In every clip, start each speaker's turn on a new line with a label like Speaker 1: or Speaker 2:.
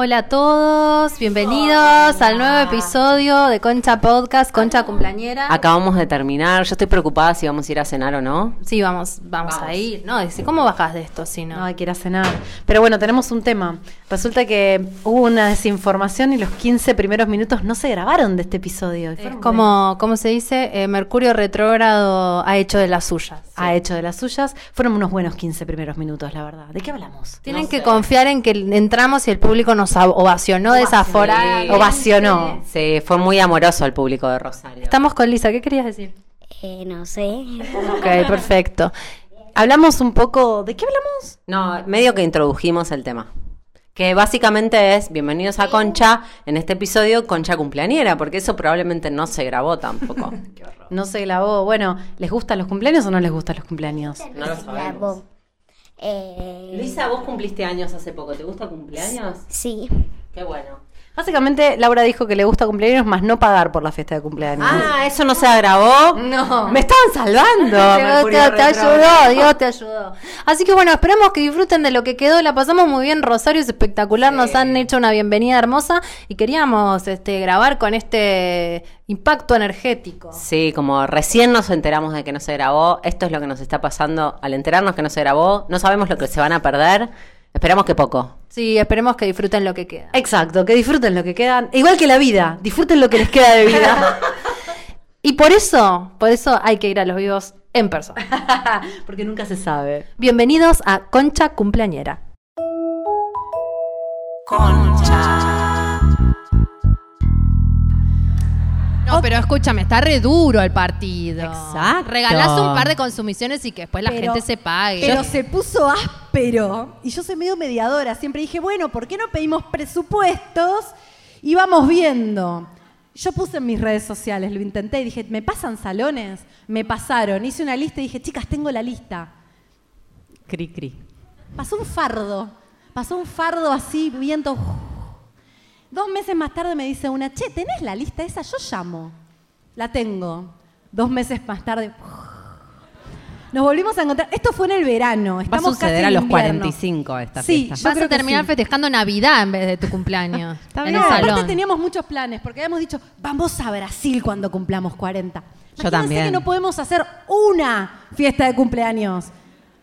Speaker 1: Hola a todos, bienvenidos al nuevo episodio de Concha Podcast, Concha Cumpleañera.
Speaker 2: Acabamos de terminar. Yo estoy preocupada si vamos a ir a cenar o no.
Speaker 1: Sí, vamos, vamos, a ir. No, dice, ¿cómo bajas de esto si no?
Speaker 3: No, quiera cenar. Pero bueno, tenemos un tema. Resulta que hubo una desinformación y los 15 primeros minutos no se grabaron de este episodio. Y
Speaker 1: Es
Speaker 3: fueron como
Speaker 1: como, como se dice, eh, Mercurio retrógrado ha hecho de las suyas.
Speaker 3: ha hecho de las suyas. Fueron unos buenos 15 primeros minutos, la verdad. ¿De qué hablamos?
Speaker 1: Tienen que confiar en que entramos y el público nos a- ovacionó
Speaker 3: Ah,
Speaker 2: Eh,
Speaker 1: desaforado.
Speaker 3: Ovacionó.
Speaker 2: Se fue muy amoroso al público de Rosario.
Speaker 1: Estamos con Lisa, ¿qué querías decir?
Speaker 4: Eh, no sé.
Speaker 1: Ok, perfecto.
Speaker 3: Hablamos un poco. ¿De qué hablamos?
Speaker 2: No, medio que introdujimos el tema. Que básicamente es bienvenidos a Concha en este episodio Concha cumpleañera, porque eso probablemente no se grabó tampoco.
Speaker 3: No se grabó. Bueno, ¿les gustan los cumpleaños o no les gustan los cumpleaños?
Speaker 2: no lo sabemos.
Speaker 4: Grabó. Eh,
Speaker 2: Luisa, vos cumpliste años hace poco. ¿Te gusta cumpleaños?
Speaker 4: sí.
Speaker 2: Qué bueno.
Speaker 3: Básicamente, Laura dijo que le gusta cumpleaños más no pagar por la fiesta de cumpleaños.
Speaker 2: Ah, eso no se grabó.
Speaker 1: No.
Speaker 3: Me estaban salvando.
Speaker 1: Dios
Speaker 3: Mercurio
Speaker 1: te, te
Speaker 3: retrógrado.
Speaker 1: ayudó, Dios te ayudó. Así que bueno, esperamos que disfruten de lo que quedó. La pasamos muy bien, Rosario es espectacular. Nos han hecho una bienvenida hermosa y queríamos este, grabar con este impacto energético.
Speaker 2: Sí, como recién nos enteramos de que no se grabó, esto es lo que nos está pasando al enterarnos que no se grabó, no sabemos lo que se van a perder, esperamos que poco.
Speaker 1: Sí, esperemos que disfruten lo que queda.
Speaker 3: Exacto, que disfruten lo que quedan. Igual que la vida, disfruten lo que les queda de vida.
Speaker 1: Y por eso, por eso hay que ir a los vivos en persona.
Speaker 3: Porque nunca se sabe.
Speaker 1: Bienvenidos a Concha Cumpleañera.
Speaker 5: No, pero escúchame, está re duro el partido.
Speaker 2: Exacto.
Speaker 5: Regalás un par de consumiciones y que después la
Speaker 6: Pero-
Speaker 5: gente se pague.
Speaker 6: Pero se puso áspero. Y yo soy medio mediadora. Siempre dije, bueno, ¿por qué no pedimos presupuestos? Y vamos viendo. Yo puse en mis redes sociales, lo intenté y dije, ¿me pasan salones? Me pasaron. Hice una lista y dije, chicas, tengo la lista.
Speaker 2: Cri cri.
Speaker 6: Pasó un fardo. Pasó un fardo así, viento. Dos meses más tarde me dice una, che, ¿tenés la lista esa? Yo llamo. La tengo. Dos meses más tarde. Nos volvimos a encontrar. Esto fue en el verano.
Speaker 2: Va a
Speaker 6: Estamos casi
Speaker 2: suceder
Speaker 6: en
Speaker 2: a los
Speaker 6: invierno.
Speaker 2: 45 esta
Speaker 6: Sí,
Speaker 2: fiesta.
Speaker 6: yo
Speaker 5: Vas
Speaker 6: creo
Speaker 5: a
Speaker 6: que
Speaker 5: terminar
Speaker 6: sí.
Speaker 5: festejando Navidad en vez de tu cumpleaños. en
Speaker 6: No,
Speaker 5: el
Speaker 6: aparte
Speaker 5: salón.
Speaker 6: teníamos muchos planes, porque habíamos dicho, vamos a Brasil cuando cumplamos 40. Imagínense
Speaker 2: también.
Speaker 6: que no podemos hacer una fiesta de cumpleaños.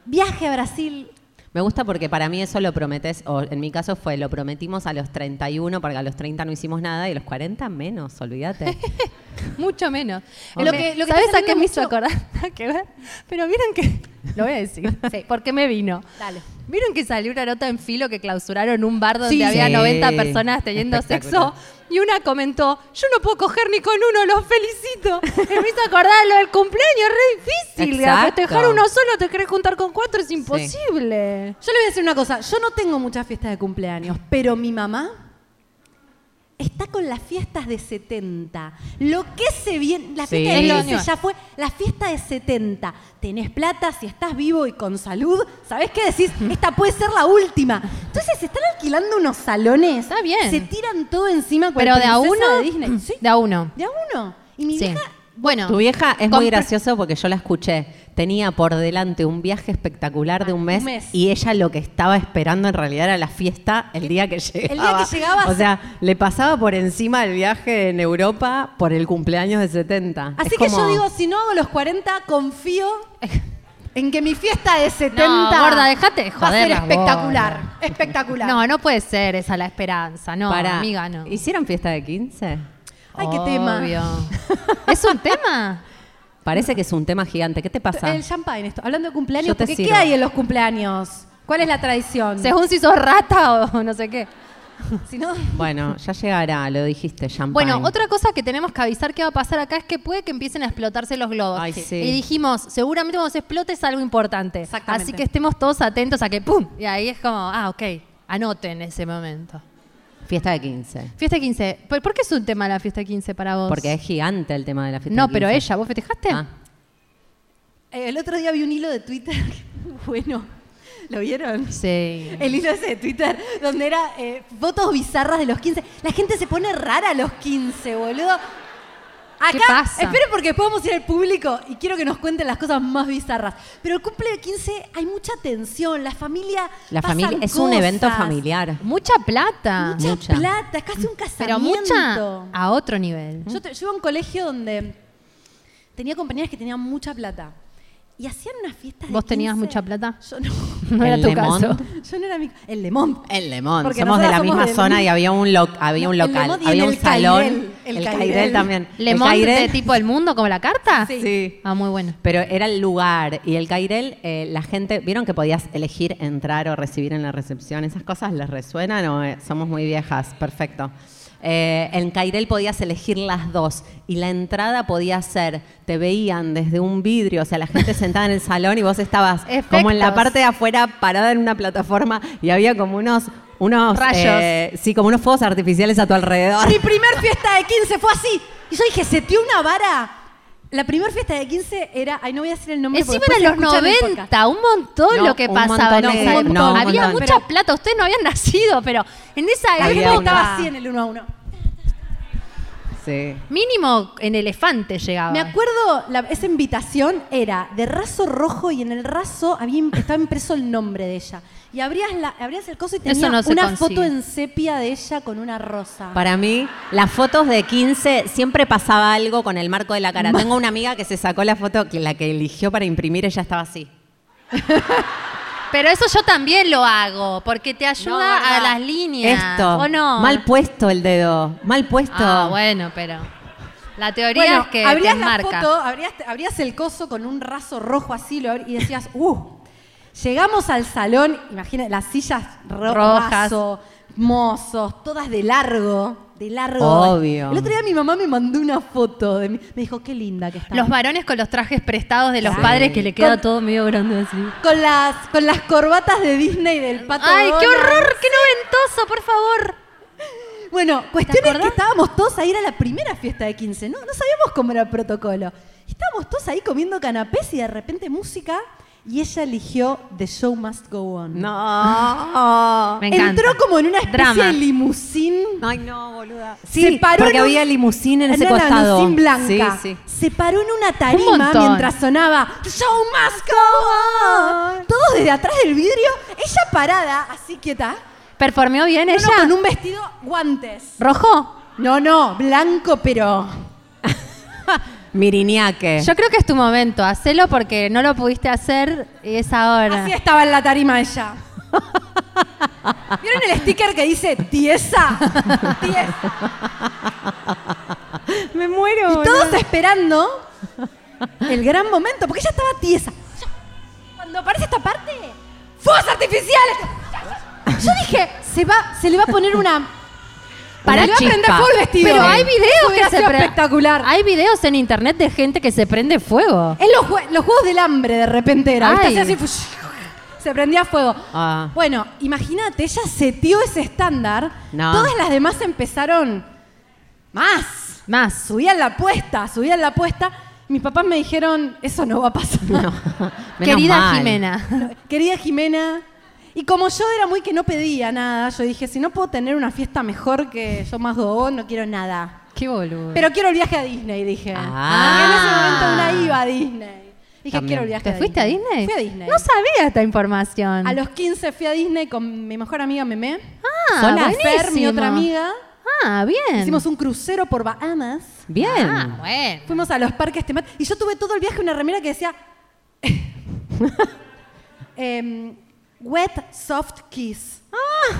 Speaker 6: Viaje a Brasil.
Speaker 7: Me gusta porque para mí eso lo prometes, o en mi caso fue, lo prometimos a los 31, porque a los 30 no hicimos nada, y a los 40 menos, olvídate.
Speaker 5: Mucho menos.
Speaker 7: Hombre.
Speaker 5: Lo que, lo que
Speaker 1: ¿Sabes
Speaker 5: está
Speaker 1: a qué
Speaker 5: saliendo
Speaker 1: me hizo
Speaker 5: mucho-
Speaker 1: acordar?
Speaker 5: Nada que ver. Pero vieron que. Lo voy a decir. Porque me vino.
Speaker 6: Dale.
Speaker 5: Vieron que salió una nota en filo que clausuraron un bar donde
Speaker 7: Sí.
Speaker 5: había
Speaker 7: Sí.
Speaker 5: 90 personas teniendo
Speaker 7: Espectacular.
Speaker 5: sexo. Y una comentó, yo no puedo coger ni con uno, los felicito. Y me hizo acordar lo del cumpleaños, es re difícil.
Speaker 7: Exacto.
Speaker 5: Festejar uno solo, te querés juntar con cuatro, es imposible.
Speaker 6: Yo le voy a decir una cosa, yo no tengo muchas fiestas de cumpleaños, pero mi mamá está con las fiestas de 70. Lo que se viene, la
Speaker 7: Sí.
Speaker 6: fiesta
Speaker 5: Es lo
Speaker 6: de 15
Speaker 5: año.
Speaker 6: ya fue, la fiesta de 70. Tenés plata, si estás vivo y con salud, ¿sabés qué decís? Esta puede ser la última. Entonces están alquilando unos salones.
Speaker 5: Está bien.
Speaker 6: Se tiran todo encima con
Speaker 5: Pero de a uno, mm,
Speaker 6: de Disney. Sí,
Speaker 5: de a uno.
Speaker 6: de a uno. Y mi
Speaker 5: Sí.
Speaker 6: vieja
Speaker 5: Bueno,
Speaker 7: tu vieja es muy
Speaker 5: compra-
Speaker 7: gracioso porque yo la escuché. Tenía por delante un viaje espectacular de un mes,
Speaker 6: un mes.
Speaker 7: y ella lo que estaba esperando en realidad era la fiesta el día que llegaba.
Speaker 6: llegaba-
Speaker 7: O sea, le pasaba por encima el viaje en Europa por el cumpleaños de 70.
Speaker 6: Así
Speaker 7: Es
Speaker 6: que yo
Speaker 7: como-
Speaker 6: digo, si no hago los 40, confío en que mi fiesta de 70
Speaker 5: No, gorda, dejate de
Speaker 6: va a ser
Speaker 5: joder las
Speaker 6: espectacular,
Speaker 5: bolas.
Speaker 6: espectacular.
Speaker 5: No, no puede ser esa la esperanza. No,
Speaker 7: Pará,
Speaker 5: amiga, no.
Speaker 7: ¿Hicieron fiesta de 15?
Speaker 6: Ay, qué tema.
Speaker 5: Obvio. ¿Es un tema?
Speaker 7: Parece que es un tema gigante. ¿Qué te pasa?
Speaker 6: El champagne, esto. Hablando de cumpleaños,
Speaker 7: Yo te
Speaker 6: porque ¿qué
Speaker 7: sirvo.
Speaker 6: hay en los cumpleaños? ¿Cuál es la tradición?
Speaker 5: Según si sos rata o no sé qué.
Speaker 6: Si no,
Speaker 7: Bueno, ya llegará, lo dijiste, champagne.
Speaker 5: Bueno, otra cosa que tenemos que avisar que va a pasar acá es que puede que empiecen a explotarse los globos.
Speaker 7: Ay, sí.
Speaker 5: Y dijimos, seguramente cuando se explote es algo importante.
Speaker 6: Exactamente.
Speaker 5: Así que estemos todos atentos a que ¡pum! Y ahí es como, ah, ok. Anoten ese momento.
Speaker 7: Fiesta de 15.
Speaker 5: Fiesta 15. ¿Por, por qué es un tema la fiesta 15 para vos?
Speaker 7: Porque es gigante el tema de la fiesta de
Speaker 5: No,
Speaker 7: 15.
Speaker 5: pero ella, ¿vos festejaste?
Speaker 7: Ah.
Speaker 6: Eh, el otro día vi un hilo de Twitter, bueno, ¿lo vieron?
Speaker 5: Sí.
Speaker 6: El hilo ese de Twitter, donde era eh, fotos bizarras de los 15. La gente se pone rara a los 15, boludo. Acá,
Speaker 5: ¿Qué pasa?
Speaker 6: esperen porque después vamos a ir al público y quiero que nos cuenten las cosas más bizarras. Pero el cumple de 15 hay mucha tensión, la familia.
Speaker 7: La
Speaker 6: pasan
Speaker 7: familia es un evento
Speaker 6: cosas.
Speaker 7: familiar.
Speaker 5: Mucha plata.
Speaker 6: Mucha,
Speaker 7: Mucha.
Speaker 6: plata, es casi un
Speaker 5: Pero
Speaker 6: casamiento.
Speaker 5: mucha a otro nivel.
Speaker 6: Yo, te- yo iba a un colegio donde tenía compañeras que tenían mucha plata. Y hacían unas fiestas de
Speaker 5: ¿Vos tenías
Speaker 6: 15.
Speaker 5: mucha plata?
Speaker 6: Yo no.
Speaker 5: No era
Speaker 7: El
Speaker 5: tu
Speaker 7: Lemón.
Speaker 5: caso.
Speaker 6: Yo no era mi. El Lemón.
Speaker 7: El Lemón.
Speaker 6: Porque
Speaker 7: somos de
Speaker 6: nosotras
Speaker 7: la
Speaker 6: somos
Speaker 7: misma
Speaker 6: del-
Speaker 7: zona y había un, lo- había un
Speaker 6: El
Speaker 7: local.
Speaker 6: Lemón y
Speaker 7: había
Speaker 6: en
Speaker 7: un
Speaker 6: el
Speaker 7: salón.
Speaker 6: Cairel, el
Speaker 7: el
Speaker 6: Cairel.
Speaker 7: Cairel también. El
Speaker 5: ¿Lemón de
Speaker 7: Cairel-
Speaker 5: tipo el mundo como la carta?
Speaker 7: Sí.
Speaker 5: Ah, muy bueno.
Speaker 7: Pero era el lugar y el Cairel, eh, la gente, ¿vieron que podías elegir entrar o recibir en la recepción? ¿Esas cosas les resuenan o eh, somos muy viejas? Perfecto. Eh, en Cairel podías elegir las dos y la entrada podía ser, te veían desde un vidrio, o sea, la gente sentada en el salón y vos estabas como en la
Speaker 5: Efectos.
Speaker 7: parte de afuera parada en una plataforma y había como unos... Unos
Speaker 5: Rayos.
Speaker 7: eh, sí, como unos fuegos artificiales a tu alrededor.
Speaker 6: Mi primer fiesta de 15 fue así. Y yo dije, se tiró una vara. La primera fiesta de 15 era. Ay, no voy a decir el nombre. porque
Speaker 5: Encima
Speaker 6: después
Speaker 5: eran
Speaker 6: se escuchan
Speaker 5: los
Speaker 6: en el podcast.
Speaker 5: 90, un montón
Speaker 7: No,
Speaker 5: lo que
Speaker 7: un
Speaker 5: pasaba en
Speaker 7: montón,
Speaker 5: esa
Speaker 7: no,
Speaker 5: época.
Speaker 7: no, un
Speaker 5: había
Speaker 7: montón.
Speaker 5: mucha plata, ustedes no habían nacido, pero en esa
Speaker 7: Había
Speaker 5: época
Speaker 7: una.
Speaker 6: Estaba así en el uno a uno.
Speaker 7: Sí.
Speaker 5: mínimo en elefante llegaba.
Speaker 6: Me acuerdo, la- esa invitación era de raso rojo y en el raso había, im- estaba impreso el nombre de ella. Y abrías, la, abrías el coso y tenía
Speaker 5: no se
Speaker 6: una
Speaker 5: consigue.
Speaker 6: foto en sepia de ella con una rosa.
Speaker 7: Para mí, las fotos de 15 siempre pasaba algo con el marco de la cara. Tengo una amiga que se sacó la foto, que la que eligió para imprimir, ella estaba así.
Speaker 5: Pero eso yo también lo hago, porque te ayuda a
Speaker 7: ¿verdad?
Speaker 5: las líneas.
Speaker 7: Esto.
Speaker 5: ¿O Ah, no?
Speaker 7: Mal puesto el dedo. Mal puesto.
Speaker 5: Ah, bueno, pero. La teoría
Speaker 6: Bueno,
Speaker 5: es que te
Speaker 6: abrías la
Speaker 5: enmarca.
Speaker 6: foto, abrías, abrías el coso con un raso rojo así lo abrí- y decías, uh, llegamos al salón, imagina las sillas ro-
Speaker 5: Rojas.
Speaker 6: raso, mozos, todas de largo, de largo.
Speaker 7: Obvio.
Speaker 6: El otro día mi mamá me mandó una foto, de mí, me dijo, qué linda que está.
Speaker 5: Los varones con los trajes prestados de los
Speaker 6: Sí.
Speaker 5: padres que le queda
Speaker 6: Con-
Speaker 5: todo medio grande así.
Speaker 6: con las, con las corbatas de Disney del pato.
Speaker 5: ¡Ay, qué
Speaker 6: Donald.
Speaker 5: horror! ¡Qué noventoso, por favor!
Speaker 6: Bueno, cuestión es que
Speaker 5: acordás?
Speaker 6: estábamos todos ahí, era la primera fiesta de 15, ¿no? No sabíamos cómo era el protocolo. Estábamos todos ahí comiendo canapés y de repente música y ella eligió The Show Must Go On. Ah.
Speaker 7: No.
Speaker 5: Me encanta.
Speaker 6: Entró como en una especie
Speaker 5: Drama.
Speaker 6: de limusín.
Speaker 7: Ay, no, boluda.
Speaker 6: Se
Speaker 7: Sí,
Speaker 6: paró
Speaker 7: porque
Speaker 6: en un-
Speaker 7: había limusín en ese
Speaker 6: una
Speaker 7: costado.
Speaker 6: limusín blanca.
Speaker 7: Sí, sí.
Speaker 6: Se paró en una
Speaker 5: Un
Speaker 6: tarima
Speaker 5: montón.
Speaker 6: mientras sonaba The Show Must Go On. Todos desde atrás del vidrio, ella parada, así quieta.
Speaker 5: ¿Performeó bien
Speaker 6: No,
Speaker 5: ella?
Speaker 6: no, con un vestido, guantes.
Speaker 5: ¿Rojo?
Speaker 6: No, no, blanco, pero. Eh.
Speaker 7: Miriñaque.
Speaker 5: Yo creo que es tu momento. Hacelo porque no lo pudiste hacer y es ahora.
Speaker 6: Así estaba en la tarima ella. ¿Vieron el sticker que dice tiesa? Tiesa.
Speaker 7: Me muero.
Speaker 6: Y todos esperando el gran momento, porque ella estaba tiesa. Yo- Cuando aparece esta parte, fuegos artificiales. Yo dije, se, va, se le va a poner una.
Speaker 5: Para
Speaker 6: se le va a
Speaker 5: chispa.
Speaker 6: prender fuego el vestido.
Speaker 5: Pero hay videos
Speaker 6: Hubiera
Speaker 5: que se
Speaker 6: sido
Speaker 5: pre-
Speaker 6: espectacular.
Speaker 5: Hay videos en internet de gente que se prende fuego.
Speaker 6: Es los, jue- los juegos del hambre de repente era. ¿viste?
Speaker 5: Ay.
Speaker 6: Hacía así, fush, se prendía fuego.
Speaker 7: Ah.
Speaker 6: Bueno, imagínate, ella setió ese estándar.
Speaker 7: No.
Speaker 6: Todas las demás empezaron más.
Speaker 5: Más.
Speaker 6: Subían la apuesta, subían la apuesta. Mis papás me dijeron, eso no va a pasar.
Speaker 5: Querida Jimena.
Speaker 6: Querida Jimena. Y como yo era muy que no pedía nada, yo dije, si no puedo tener una fiesta mejor que yo más gobón, no quiero nada.
Speaker 5: Qué boludo.
Speaker 6: Pero quiero el viaje a Disney, dije.
Speaker 7: Ah.
Speaker 6: Porque en ese momento una iba a Disney. Dije,
Speaker 7: También.
Speaker 6: quiero el viaje
Speaker 5: ¿Te fuiste a Disney?
Speaker 6: Fui a Disney.
Speaker 5: No sabía esta información.
Speaker 6: a los 15 fui a Disney con mi mejor amiga Memé.
Speaker 5: Ah,
Speaker 6: Sola,
Speaker 5: buenísimo.
Speaker 6: Fer, mi otra amiga.
Speaker 5: Ah, bien.
Speaker 6: Hicimos un crucero por Bahamas.
Speaker 7: Bien.
Speaker 5: Ah, bueno.
Speaker 6: Fuimos a los parques temáticos. Y yo tuve todo el viaje una remera que decía... em, wet Soft Kiss.
Speaker 5: Ah.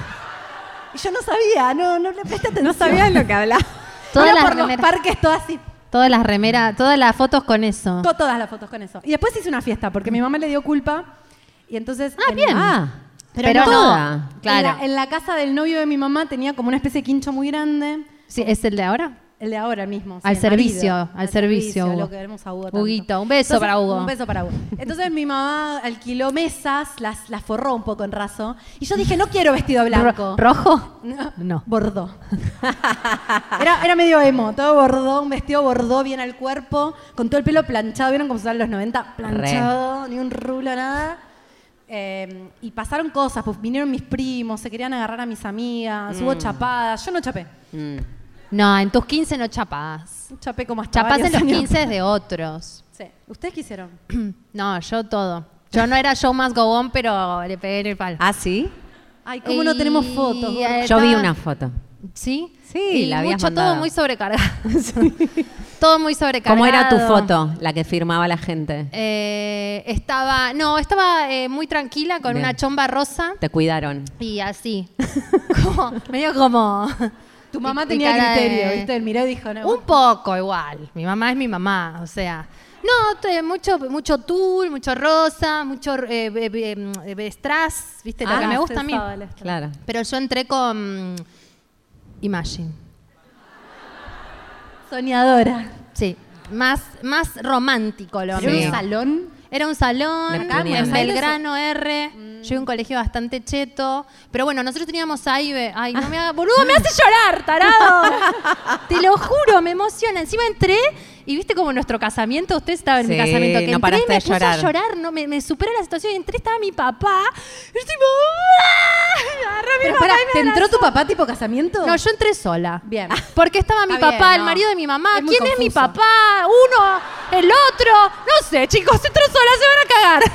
Speaker 6: Y yo no sabía, no, no le presté atención. No sabía lo que hablaba.
Speaker 5: Todas
Speaker 6: Era
Speaker 5: las
Speaker 6: por los
Speaker 5: remeras.
Speaker 6: parques, todas así.
Speaker 5: Todas las remeras, todas las fotos con eso.
Speaker 6: To- todas las fotos con eso. Y después hice Este una fiesta porque mi mamá le dio culpa. Y entonces.
Speaker 5: Ah,
Speaker 6: en-
Speaker 5: bien.
Speaker 6: pero,
Speaker 5: Pero
Speaker 6: no.
Speaker 5: no,
Speaker 6: En
Speaker 5: claro.
Speaker 6: la- En la, casa del novio de mi mamá tenía como una especie de quincho muy grande.
Speaker 5: Sí, ¿Es el de ahora?
Speaker 6: El de ahora mismo. sí,
Speaker 5: Al
Speaker 6: el marido.
Speaker 5: servicio, al servicio, Hugo.
Speaker 6: Lo que queremos a Hugo tanto.
Speaker 5: Huguito, un beso para Hugo.
Speaker 6: Un beso para Hugo. Entonces mi mamá alquiló mesas, las, las forró un poco en raso. Y yo dije, no quiero vestido blanco.
Speaker 5: Ro- ¿Rojo? No.
Speaker 6: Bordó. Era, era medio emo, todo bordó, un vestido bordó bien al cuerpo, con todo el pelo planchado. ¿Vieron cómo se usaban los 90? Planchado, ni un rulo, nada. Eh, y pasaron cosas, pues vinieron mis primos, se querían agarrar a mis amigas,
Speaker 5: Mm.
Speaker 6: hubo chapadas. Yo no chapé.
Speaker 8: Mm.
Speaker 5: No, en tus 15 no chapás.
Speaker 6: Chapé como hasta
Speaker 5: Chapás en
Speaker 6: varios
Speaker 5: los
Speaker 6: años.
Speaker 5: 15 de otros.
Speaker 6: Sí. ¿Ustedes qué hicieron?
Speaker 5: No, yo todo. Yo no era show más go on, pero le pegué en el palo.
Speaker 7: ¿Ah, sí?
Speaker 6: Ay, ¿cómo no tenemos fotos?
Speaker 5: Y,
Speaker 6: gorda?
Speaker 5: eh,
Speaker 7: Yo vi
Speaker 5: estaba-
Speaker 7: una foto.
Speaker 5: ¿Sí?
Speaker 7: Sí,
Speaker 5: Y
Speaker 7: la habías
Speaker 5: mucho, todo
Speaker 7: mandado.
Speaker 5: muy sobrecargado. Todo muy sobrecargado.
Speaker 7: ¿Cómo era tu foto, la que firmaba la gente?
Speaker 5: Eh, estaba, no, estaba eh, muy tranquila con
Speaker 7: Bien.
Speaker 5: una chomba rosa
Speaker 7: Te cuidaron.
Speaker 5: y así. como, medio como...
Speaker 6: Tu mamá
Speaker 5: y- y
Speaker 6: tenía
Speaker 5: cara
Speaker 6: criterio,
Speaker 5: de-
Speaker 6: ¿viste? El miró y dijo, no.
Speaker 5: Un poco igual. Mi mamá es mi mamá, o sea. No, te- mucho, mucho tul, mucho rosa, mucho eh, eh, eh, eh, strass, ¿viste? Lo
Speaker 6: Ah,
Speaker 5: que me
Speaker 6: se
Speaker 5: gusta a mí.
Speaker 6: usaba el esto.
Speaker 7: Claro.
Speaker 5: Pero yo entré con Imagine.
Speaker 6: Soñadora.
Speaker 5: Sí. Más, más romántico lo
Speaker 7: Sí.
Speaker 5: mío.
Speaker 7: un salón.
Speaker 5: Era un salón
Speaker 7: Neptuniano.
Speaker 5: en Belgrano R.
Speaker 6: Mm.
Speaker 5: Yo iba a un colegio bastante cheto. Pero bueno, nosotros teníamos a Ibe. Ay, no me haga. ¡Boludo, me hace llorar, tarado! Te lo juro, me emociona. Encima entré y viste como nuestro casamiento. Usted estaba en mi
Speaker 7: Sí,
Speaker 5: casamiento. Que
Speaker 7: no
Speaker 5: entré y
Speaker 7: paraste
Speaker 5: me
Speaker 7: de
Speaker 5: puse a
Speaker 7: llorar.
Speaker 5: llorar. No, me, me supera la situación. Y entré, estaba mi papá. Y yo tipo. ¡ah! Me agarró mi
Speaker 6: Pero
Speaker 5: papá
Speaker 6: pará,
Speaker 5: y me
Speaker 6: ¿te entró
Speaker 5: abrazó.
Speaker 6: tu papá tipo casamiento?
Speaker 5: No, yo entré sola.
Speaker 6: Bien.
Speaker 5: Porque estaba mi
Speaker 6: Está
Speaker 5: papá,
Speaker 6: bien,
Speaker 5: el
Speaker 6: no.
Speaker 5: marido de mi mamá.
Speaker 6: Es muy
Speaker 5: ¿Quién es mi
Speaker 6: confuso.
Speaker 5: papá? Uno, el otro. No sé, chicos, entró sola, se van a cagar.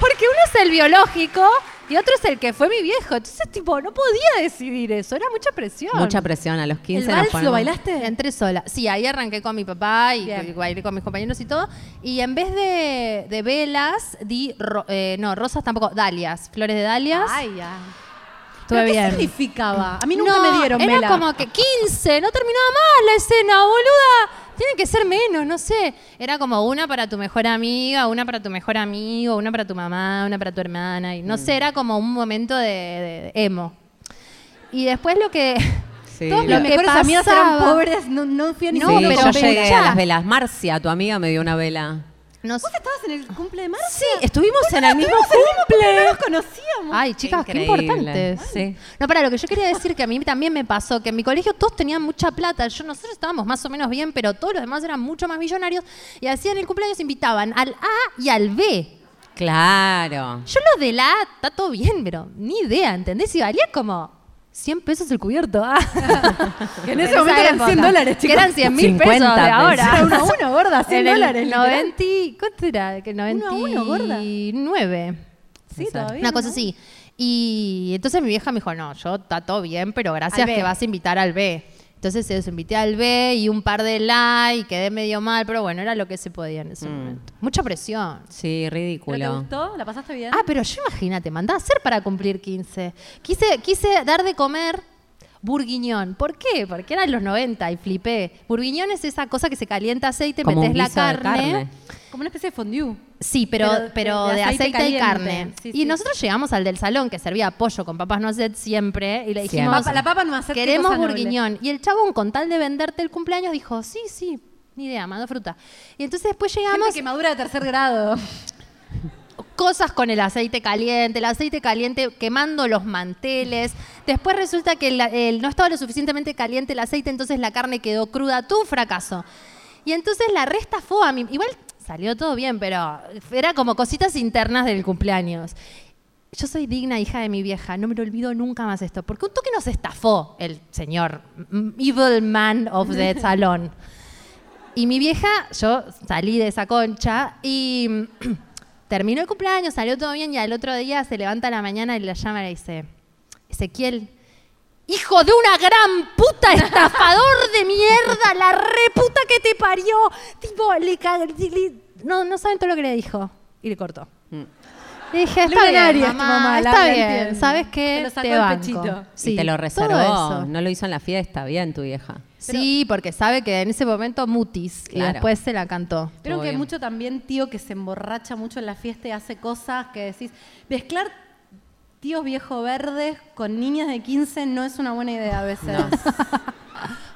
Speaker 5: Porque uno es el biológico y otro es el que fue mi viejo. Entonces, tipo, no podía decidir eso. Era mucha presión.
Speaker 7: Mucha presión a los
Speaker 6: ¿El
Speaker 7: 15 nos
Speaker 6: vals lo
Speaker 7: ponemos-
Speaker 6: bailaste?
Speaker 5: Entré sola. Sí, ahí arranqué con mi papá y
Speaker 6: Bien.
Speaker 5: bailé con mis compañeros y todo. Y en vez de, de velas, di. ro- eh, no, rosas tampoco. Dalias. Flores de dalias.
Speaker 6: Ay, ya.
Speaker 5: Estuve
Speaker 6: ¿Pero ¿Qué
Speaker 5: bien.
Speaker 6: significaba? A mí nunca me dieron
Speaker 5: era
Speaker 6: vela.
Speaker 5: como que 15, no terminaba más la escena, boluda. Tiene que ser menos, no sé. Era como una para tu mejor amiga, una para tu mejor amigo, una para tu mamá, una para tu hermana. Y
Speaker 6: Mm.
Speaker 5: no sé, era como un momento de, de- de emo. Y después lo que...
Speaker 7: Sí.
Speaker 5: todo
Speaker 6: Mis
Speaker 5: lo que
Speaker 6: mejores amigas eran
Speaker 5: pasaba-
Speaker 6: pobres, no, no fui a ni
Speaker 5: No,
Speaker 7: sí,
Speaker 6: siquiera
Speaker 5: pero
Speaker 7: yo
Speaker 6: con
Speaker 7: llegué
Speaker 6: vela.
Speaker 5: escuchá.
Speaker 7: a las velas. Marcia, tu amiga, me dio una vela.
Speaker 5: No sé.
Speaker 6: ¿Vos estabas en el cumple de Marcia?
Speaker 7: Estuvimos en el mismo
Speaker 6: No nos conocíamos.
Speaker 5: Ay, chicas, qué,
Speaker 7: Increíble.
Speaker 5: importantes.
Speaker 7: Sí.
Speaker 5: No, para lo que yo quería decir que a mí también me pasó que en mi colegio todos tenían mucha plata. Yo nosotros estábamos más o menos bien, pero todos los demás eran mucho más millonarios y hacían el cumpleaños invitaban al A y al B.
Speaker 7: Claro.
Speaker 5: Yo lo de la A, está todo bien, pero ni idea, ¿entendés? Y valía como 100 pesos el cubierto. ah.
Speaker 6: Que en ese momento eran 100 dólares,
Speaker 5: Que
Speaker 6: chicos.
Speaker 5: eran 100 mil pesos de
Speaker 7: 50 pesos.
Speaker 5: ahora.
Speaker 6: Era uno a uno, gorda, 100
Speaker 5: En el
Speaker 6: dólares, literal.
Speaker 5: 90, ¿cuánto era? Que 90,
Speaker 6: Uno a uno, gorda.
Speaker 5: 9.
Speaker 6: Sí, todavía.
Speaker 5: Una cosa
Speaker 6: ¿no?
Speaker 5: así. Y entonces mi vieja me dijo, no, yo está todo bien, pero gracias
Speaker 6: Al B.
Speaker 5: que vas a invitar al B. Entonces los invité al B y un par de la y quedé medio mal, pero bueno, era lo que se podía en ese momento. Mucha presión.
Speaker 7: Sí,
Speaker 6: ¿Pero te
Speaker 7: ridículo.
Speaker 6: gustó? ¿La pasaste bien?
Speaker 5: Ah, pero yo imagínate, mandá a hacer para cumplir 15. Quise, quise dar de comer burguiñón. ¿Por qué? Porque eran los 90 y flipé. Burguiñón es esa cosa que se calienta aceite,
Speaker 7: Como un
Speaker 5: metes la
Speaker 7: guiso de
Speaker 5: carne.
Speaker 7: carne.
Speaker 6: Como una especie de fondue.
Speaker 5: Sí, pero,
Speaker 6: Pero de-
Speaker 5: pero, de,
Speaker 6: de aceite
Speaker 5: aceite,
Speaker 6: caliente.
Speaker 5: y carne.
Speaker 6: Sí,
Speaker 5: y
Speaker 6: sí.
Speaker 5: nosotros llegamos al del salón que servía pollo con papas no set siempre y le dijimos,
Speaker 7: Siempre. Papa-
Speaker 6: la papa no va a ser qué
Speaker 5: queremos
Speaker 6: cosa noble".
Speaker 5: burguiñón. Y el chabón con tal de venderte el cumpleaños dijo, sí, sí, ni idea, mandó fruta. Y entonces después
Speaker 6: Gente
Speaker 5: llegamos
Speaker 6: quemadura de tercer grado.
Speaker 5: cosas con el aceite caliente, el aceite caliente quemando los manteles. Después resulta que el- el- no estaba lo suficientemente caliente el aceite, entonces la carne quedó cruda. Tú un fracaso. Y entonces la resta fue a mí. Igual salió todo bien, pero era como cositas internas del cumpleaños. Yo soy digna hija de mi vieja, no me lo olvido nunca más esto, porque un toque nos estafó el señor mm, Evil Man of the Salón. Y mi vieja, yo salí de esa concha y mm, terminó el cumpleaños, salió todo bien y al otro día se levanta a la mañana y la llama y le dice, Ezequiel, hijo de una gran puta estafador de mierda, la reputa que te parió. Tipo, le, ca- le- no, no saben todo lo que le dijo. Y le cortó. Le dije, está bien,
Speaker 6: Lunaria es tu
Speaker 5: mamá,
Speaker 6: mamá, la-
Speaker 5: está
Speaker 6: la
Speaker 5: bien,
Speaker 6: entiendo.
Speaker 5: ¿sabes qué?
Speaker 6: Te lo sacó
Speaker 5: Te
Speaker 6: del
Speaker 5: banco".
Speaker 6: pechito. Y
Speaker 5: Sí,
Speaker 7: y te lo
Speaker 5: todo
Speaker 7: reservó.
Speaker 5: eso.
Speaker 7: No lo hizo en la fiesta, bien tu vieja.
Speaker 5: Sí, porque sabe que en ese momento mutis y
Speaker 7: Claro.
Speaker 5: después se la cantó.
Speaker 6: Creo
Speaker 7: Todo
Speaker 6: que hay
Speaker 7: bien.
Speaker 6: mucho también tío que se emborracha mucho en la fiesta y hace cosas que decís. Mezclar tíos viejo verdes con niñas de 15 no es una buena idea a veces.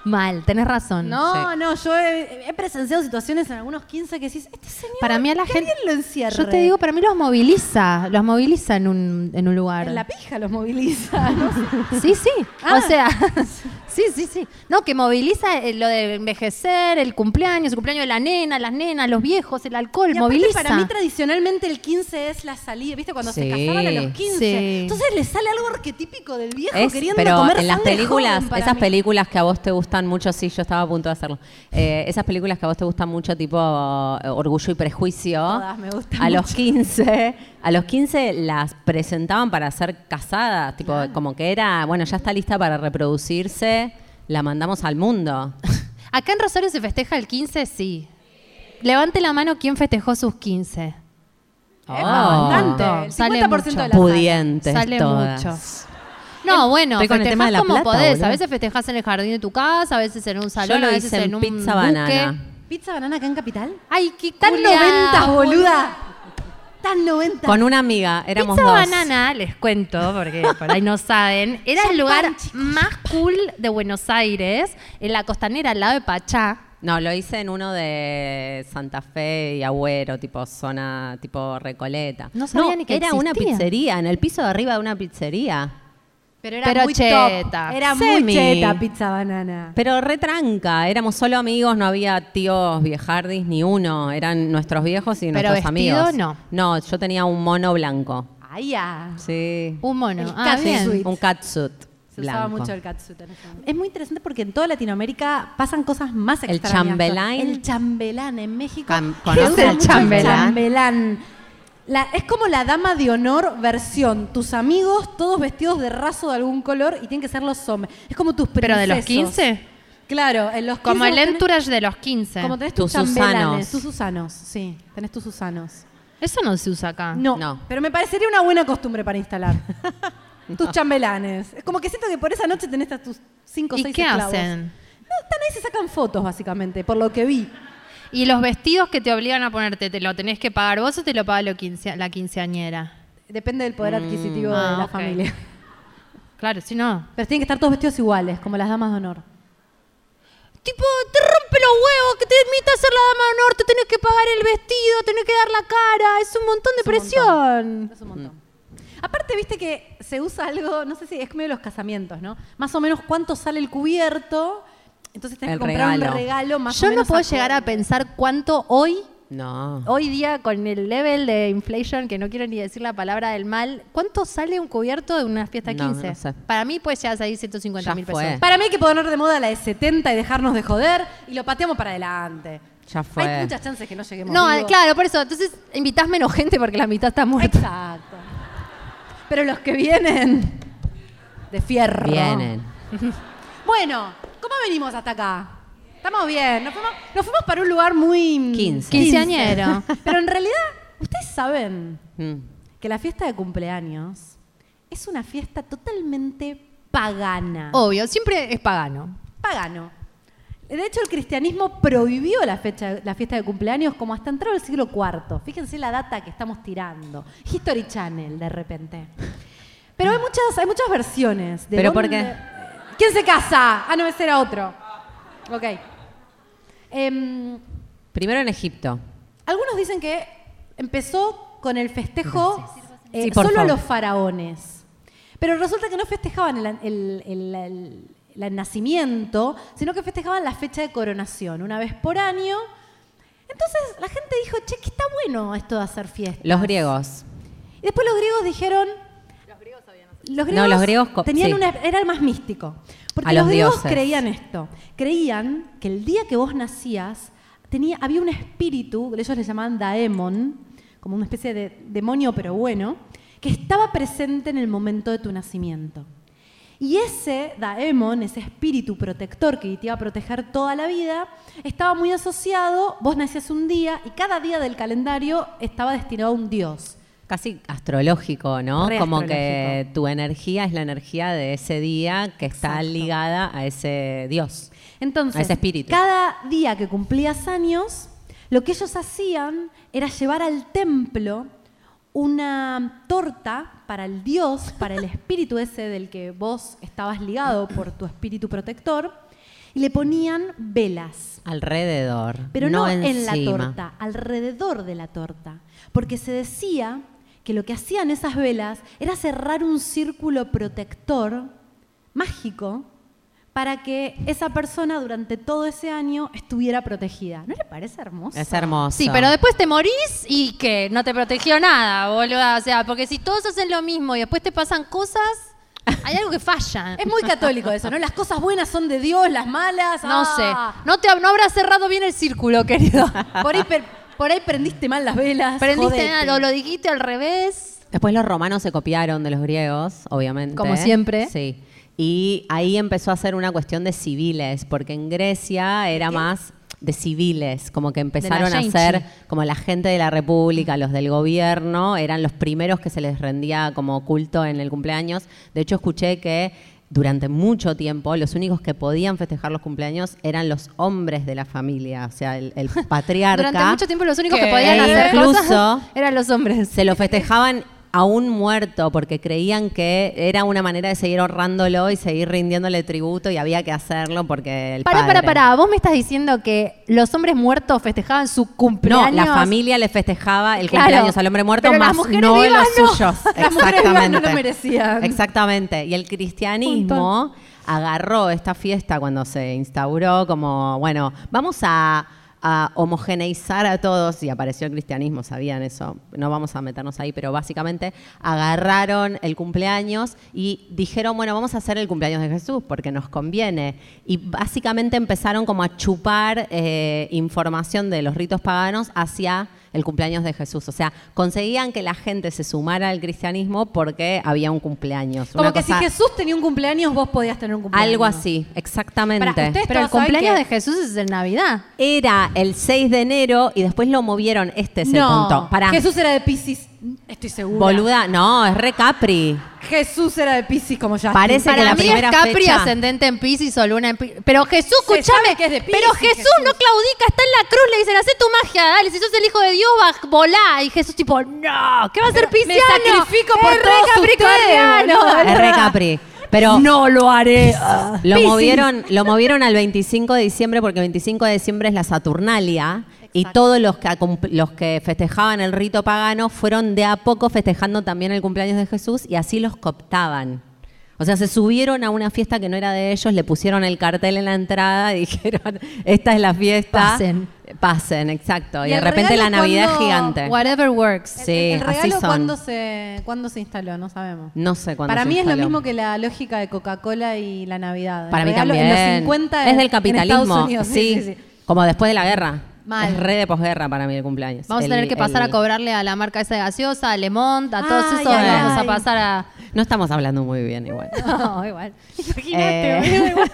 Speaker 5: Mal, tenés razón.
Speaker 6: No,
Speaker 7: Sí.
Speaker 6: no, yo he, he presenciado situaciones en algunos 15 que decís, este señor,
Speaker 5: Para mí a la
Speaker 6: que
Speaker 5: gente-
Speaker 6: alguien lo encierre.
Speaker 5: Yo te digo, para mí los moviliza, los moviliza en un, en un lugar.
Speaker 6: En la pija los moviliza, no sé.
Speaker 5: Sí, sí.
Speaker 6: Ah.
Speaker 5: O sea, sí, sí, sí. No, que moviliza eh, lo de envejecer, el cumpleaños, el cumpleaños de la nena, las nenas, los viejos, el alcohol,
Speaker 6: Y aparte,
Speaker 5: moviliza.
Speaker 6: Para mí tradicionalmente el 15 es la salida, ¿viste? Cuando se
Speaker 7: Sí,
Speaker 6: casaban a los 15.
Speaker 5: sí.
Speaker 6: Entonces le sale algo arquetípico del viejo
Speaker 7: Es-
Speaker 6: queriendo
Speaker 7: pero
Speaker 6: comer
Speaker 7: en las
Speaker 6: sangre
Speaker 7: películas,
Speaker 6: joven para
Speaker 7: esas
Speaker 6: mí.
Speaker 7: películas que a vos te gustan mucho, sí, yo estaba a punto de hacerlo. Eh, esas películas que a vos te gustan mucho, tipo eh, Orgullo y Prejuicio.
Speaker 6: Todas me gustan
Speaker 7: A los 15, a los 15 las presentaban para ser casadas, tipo como que era, bueno, ya está lista para reproducirse, la mandamos al mundo.
Speaker 5: Acá en Rosario se festeja el 15, sí. Levante la mano quien festejó sus 15.
Speaker 6: bastante.
Speaker 5: No,
Speaker 6: El
Speaker 5: sale
Speaker 6: 50%
Speaker 5: mucho.
Speaker 6: de la
Speaker 7: Oh. Pudientes
Speaker 5: Sale
Speaker 7: todas.
Speaker 5: mucho. No, bueno,
Speaker 7: Estoy con el
Speaker 5: festejás
Speaker 7: tema de la
Speaker 5: como
Speaker 7: plata,
Speaker 5: podés.
Speaker 7: boludo.
Speaker 5: A veces festejás en el jardín de tu casa, a veces en un salón,
Speaker 7: lo
Speaker 5: a veces
Speaker 7: hice en
Speaker 5: en, un
Speaker 7: Pizza
Speaker 5: buque.
Speaker 7: Banana.
Speaker 6: ¿Pizza banana acá en Capital?
Speaker 5: Ay, qué
Speaker 6: Tan
Speaker 5: culiao,
Speaker 6: noventas, boluda. Tan noventas.
Speaker 7: Con una amiga, éramos
Speaker 5: Pizza
Speaker 7: dos.
Speaker 5: Banana, les cuento, porque por ahí no saben, era el lugar más cool de Buenos Aires, en la costanera, al lado de Pachá.
Speaker 7: No, lo hice en uno de Santa Fe y Agüero, tipo zona, tipo Recoleta.
Speaker 5: No sabía ni que
Speaker 7: era una
Speaker 5: existía.
Speaker 7: pizzería, en el piso de arriba de una pizzería.
Speaker 6: Pero
Speaker 5: Pero
Speaker 6: top.
Speaker 5: cheta.
Speaker 6: Era
Speaker 7: Semi.
Speaker 6: muy cheta pizza banana.
Speaker 7: Pero retranca, éramos solo amigos, no había tíos viejardis ni uno, eran nuestros viejos y
Speaker 5: Pero
Speaker 7: nuestros
Speaker 5: vestido,
Speaker 7: amigos.
Speaker 5: no.
Speaker 7: No, yo tenía un mono blanco.
Speaker 6: Ay, ya.
Speaker 7: Sí.
Speaker 5: Un mono.
Speaker 6: El
Speaker 5: ah,
Speaker 6: cat
Speaker 5: bien.
Speaker 6: suite.
Speaker 7: Un catsuit.
Speaker 6: Se usaba
Speaker 7: blanco.
Speaker 6: mucho el catsuit en ese momento. Es muy interesante porque en toda Latinoamérica pasan cosas más
Speaker 7: El
Speaker 6: extrañas.
Speaker 7: chambelán.
Speaker 6: El chambelán en México.
Speaker 7: Cam-
Speaker 6: Se
Speaker 7: ¿conoces
Speaker 6: usa
Speaker 7: el
Speaker 6: mucho
Speaker 7: chambelán?
Speaker 6: chambelán. La- es como la dama de honor versión. Tus amigos, todos vestidos de raso de algún color y tienen que ser los hombres. Es como tus
Speaker 5: ¿Pero de los
Speaker 6: princesos.
Speaker 5: 15?
Speaker 6: Claro, en los 15
Speaker 5: Como el
Speaker 6: vos tenés-
Speaker 5: entourage de los 15.
Speaker 6: Como tenés
Speaker 7: Tus
Speaker 6: tus, chambelanes,
Speaker 7: Susanos.
Speaker 6: tus Susanos, sí, tenés tus Susanos.
Speaker 5: Eso no se usa acá.
Speaker 6: No,
Speaker 7: No.
Speaker 6: pero me parecería una buena costumbre para instalar. Tus chambelanes. Es como que siento que por esa noche tenés a tus cinco o
Speaker 5: ¿Y
Speaker 6: seis
Speaker 5: qué
Speaker 6: esclavos.
Speaker 5: hacen?
Speaker 6: No, están ahí y se sacan fotos, básicamente, por lo que vi.
Speaker 5: Y los vestidos que te obligan a ponerte, ¿te lo tenés que pagar vos o te lo paga lo quince- la quinceañera?
Speaker 6: Depende del poder adquisitivo de
Speaker 5: Ah,
Speaker 6: la
Speaker 5: ok.
Speaker 6: familia.
Speaker 5: Claro, si no.
Speaker 6: Pero tienen que estar todos vestidos iguales, como las damas de honor.
Speaker 5: Tipo, te rompe los huevos, que te invita a ser la dama de honor, te tenés que pagar el vestido, tenés que dar la cara, es un montón de presión.
Speaker 6: Es un montón. Aparte, viste que se usa algo, no sé si es medio de los casamientos, ¿no? Más o menos cuánto sale el cubierto. Entonces tenés
Speaker 7: El
Speaker 6: que comprar
Speaker 7: regalo.
Speaker 6: un regalo más o
Speaker 5: Yo no
Speaker 6: menos
Speaker 5: puedo llegar a
Speaker 6: acorde.
Speaker 5: pensar cuánto hoy,
Speaker 7: No.
Speaker 6: Oh,
Speaker 5: hoy día, con el level de inflation, que no quiero ni decir la palabra del mal, cuánto sale un cubierto de una fiesta
Speaker 7: No,
Speaker 5: 15.
Speaker 7: no sé.
Speaker 5: Para mí puede llegar a salir 150
Speaker 7: Ya
Speaker 5: mil
Speaker 7: fue.
Speaker 5: pesos.
Speaker 6: Para mí hay que poner de moda la de 70 y dejarnos de joder y lo pateamos para adelante.
Speaker 7: Ya fue.
Speaker 6: Hay muchas chances que no lleguemos.
Speaker 5: No,
Speaker 6: vivos.
Speaker 5: claro, por eso. Entonces invitás menos gente porque la mitad está muerta.
Speaker 6: Exacto. Pero los que vienen de fierro.
Speaker 7: Vienen.
Speaker 6: Bueno, ¿cómo venimos hasta acá? Estamos bien. Nos fuimos, nos fuimos para un lugar muy...
Speaker 7: Quince.
Speaker 5: Quinceañero.
Speaker 6: Pero en realidad, ustedes saben
Speaker 7: Mm.
Speaker 6: que la fiesta de cumpleaños es una fiesta totalmente pagana.
Speaker 5: Obvio, siempre es pagano.
Speaker 6: pagano. De hecho, el cristianismo prohibió la, fecha, la fiesta de cumpleaños como hasta entrar al siglo IV. Fíjense la data que estamos tirando. History Channel, de repente. Pero hay muchas, hay muchas versiones. De
Speaker 7: ¿Pero por
Speaker 6: dónde-
Speaker 7: qué?
Speaker 6: ¿Quién se casa? Ah, no, ese era otro. Ok. Em,
Speaker 7: Primero en Egipto.
Speaker 6: algunos dicen que empezó con el festejo eh,
Speaker 7: Sí, por
Speaker 6: solo a
Speaker 7: favor.
Speaker 6: los faraones. Pero resulta que no festejaban el, el- el- el- el nacimiento, sino que festejaban la fecha de coronación, una vez por año. Entonces la gente dijo, che, que está bueno esto de hacer fiesta.
Speaker 7: Los griegos.
Speaker 6: Y después los griegos dijeron... Los
Speaker 7: No, los griegos co-
Speaker 6: tenían
Speaker 7: sí.
Speaker 6: una- era el más místico. Porque
Speaker 7: A
Speaker 6: los,
Speaker 7: los
Speaker 6: griegos
Speaker 7: dioses.
Speaker 6: creían esto. Creían que el día que vos nacías tenía, había un espíritu, ellos le llamaban daemon, como una especie de demonio pero bueno, que estaba presente en el momento de tu nacimiento. Y ese daemon, ese espíritu protector que te iba a proteger toda la vida, estaba muy asociado, vos nacías un día y cada día del calendario estaba destinado a un dios.
Speaker 7: Casi astrológico, ¿no?
Speaker 6: Re
Speaker 7: Como que tu energía es la energía de ese día que está
Speaker 6: Exacto.
Speaker 7: ligada a ese dios. A
Speaker 6: Entonces,
Speaker 7: ese espíritu.
Speaker 6: cada día que cumplías años, lo que ellos hacían era llevar al templo una torta para el dios, para el espíritu ese del que vos estabas ligado por tu espíritu protector, y le ponían velas.
Speaker 7: Alrededor.
Speaker 6: Pero no, en
Speaker 7: encima.
Speaker 6: la torta, alrededor de la torta. Porque se decía que lo que hacían esas velas era cerrar un círculo protector mágico para que esa persona durante todo ese año estuviera protegida. ¿No le parece hermoso?
Speaker 7: Es hermoso.
Speaker 5: Sí, pero después te morís y que no te protegió nada, boluda. O sea, porque si todos hacen lo mismo y después te pasan cosas, hay algo que falla.
Speaker 6: Es muy católico eso, ¿no? Las cosas buenas son de Dios, las malas.
Speaker 5: No sé.
Speaker 6: ah.
Speaker 5: No te no habrás cerrado bien el círculo, querido.
Speaker 6: Por ahí, per- por ahí prendiste mal las velas.
Speaker 5: Prendiste
Speaker 6: jodete.
Speaker 5: nada, lo, lo dijiste al revés.
Speaker 7: Después los romanos se copiaron de los griegos, obviamente.
Speaker 5: Como siempre.
Speaker 7: Sí. Y ahí empezó a ser una cuestión de civiles, porque en Grecia era más de civiles, como que empezaron a
Speaker 5: gente.
Speaker 7: ser como la gente de la república, los del gobierno, eran los primeros que se les rendía como culto en el cumpleaños. De hecho, escuché que durante mucho tiempo los únicos que podían festejar los cumpleaños eran los hombres de la familia, o sea, el, el patriarca.
Speaker 5: Durante mucho tiempo los únicos que
Speaker 7: ¿Qué?
Speaker 5: podían hacer
Speaker 7: Incluso-
Speaker 5: cosas eran los hombres.
Speaker 7: se lo festejaban a un muerto porque creían que era una manera de seguir honrándolo y seguir rindiéndole tributo y había que hacerlo porque el
Speaker 5: Pará, pará,
Speaker 7: padre-
Speaker 5: pará. Vos me estás diciendo que los hombres muertos festejaban su
Speaker 7: No,
Speaker 5: cumpleaños.
Speaker 7: la familia le festejaba el
Speaker 5: Claro.
Speaker 7: cumpleaños al hombre muerto
Speaker 5: Pero las
Speaker 7: más
Speaker 5: mujeres
Speaker 7: no
Speaker 5: vivas
Speaker 7: los
Speaker 5: no.
Speaker 7: suyos.
Speaker 6: Las mujeres vivas no
Speaker 7: Exactamente.
Speaker 6: lo merecían.
Speaker 7: Exactamente. Y el cristianismo agarró esta fiesta cuando se instauró como, bueno, vamos a a homogeneizar a todos y apareció el cristianismo, sabían eso, no vamos a meternos ahí, pero básicamente agarraron el cumpleaños y dijeron, bueno, vamos a hacer el cumpleaños de Jesús porque nos conviene. Y básicamente empezaron como a chupar eh, información de los ritos paganos hacia el cumpleaños de Jesús. O sea, conseguían que la gente se sumara al cristianismo porque había un cumpleaños.
Speaker 6: Como
Speaker 7: Una
Speaker 6: que
Speaker 7: cosa-
Speaker 6: si Jesús tenía un cumpleaños, vos podías tener un cumpleaños.
Speaker 7: Algo así, exactamente.
Speaker 6: Pará, ¿ustedes
Speaker 5: Pero el
Speaker 6: todos saben
Speaker 5: cumpleaños
Speaker 6: que-
Speaker 5: de Jesús es en Navidad.
Speaker 7: Era el 6 de enero y después lo movieron. Este es el
Speaker 6: no,
Speaker 7: punto. Pará.
Speaker 6: Jesús era de Piscis, estoy segura.
Speaker 7: Boluda, no, es re Capri.
Speaker 6: Jesús era de Piscis como ya.
Speaker 7: Parece
Speaker 5: Para
Speaker 7: que la
Speaker 5: mí
Speaker 7: primera
Speaker 5: es Capri
Speaker 7: fecha-
Speaker 5: ascendente en Pisces o Luna en Pisces. Pero Jesús,
Speaker 6: Se
Speaker 5: escúchame.
Speaker 6: sabe que es de
Speaker 5: pero
Speaker 6: Piscis,
Speaker 5: Jesús,
Speaker 6: Jesús.
Speaker 5: no claudica, está en la cruz. Le dicen, hacé tu magia, dale. Si sos el hijo de Dios, va, volá. Y Jesús, tipo, no, ¿qué va a ser
Speaker 6: me
Speaker 5: pisciano?
Speaker 6: sacrifico por
Speaker 5: es re
Speaker 6: todos
Speaker 5: capricorniano,
Speaker 6: ustedes, boludo.
Speaker 5: boluda.
Speaker 7: Es re Capri. Pero
Speaker 6: No lo haré.
Speaker 7: lo movieron, lo movieron al 25 de diciembre porque 25 de diciembre es la Saturnalia y todos los que acum- los que festejaban el rito pagano fueron de a poco festejando también el cumpleaños de Jesús y así los cooptaban. O sea, se subieron a una fiesta que no era de ellos, le pusieron el cartel en la entrada y dijeron, esta es la fiesta.
Speaker 5: Pasen.
Speaker 7: Pasen, exacto. Y,
Speaker 6: Y
Speaker 7: de
Speaker 6: el
Speaker 7: repente la
Speaker 6: regalo
Speaker 7: Navidad es
Speaker 6: cuando-
Speaker 7: gigante.
Speaker 5: Whatever works.
Speaker 7: Sí,
Speaker 6: el
Speaker 7: así
Speaker 6: regalo
Speaker 7: son.
Speaker 6: cuándo se cuándo se instaló, no sabemos.
Speaker 7: No sé cuándo
Speaker 6: Para
Speaker 7: se
Speaker 6: mí es lo
Speaker 7: instaló.
Speaker 6: mismo que la lógica de Coca-Cola y la Navidad. El
Speaker 7: Para mí
Speaker 6: regalo
Speaker 7: también.
Speaker 6: En los 50
Speaker 7: es
Speaker 6: en-
Speaker 7: del
Speaker 6: en
Speaker 7: capitalismo.
Speaker 6: Estados Unidos,
Speaker 7: sí,
Speaker 6: sí, sí, sí.
Speaker 7: Como después de la guerra.
Speaker 6: Mal.
Speaker 7: Es re de posguerra para mí el cumpleaños.
Speaker 5: Vamos
Speaker 7: El-
Speaker 5: a tener que pasar
Speaker 7: el-
Speaker 5: a cobrarle a la marca esa de gaseosa, a Lemont, a todos
Speaker 6: Ay,
Speaker 5: esos.
Speaker 6: ay,
Speaker 5: vamos a
Speaker 6: ay.
Speaker 5: pasar a.
Speaker 7: No estamos hablando muy bien igual.
Speaker 5: No, igual. Imagínate,
Speaker 7: Eh.
Speaker 5: boludo, igual.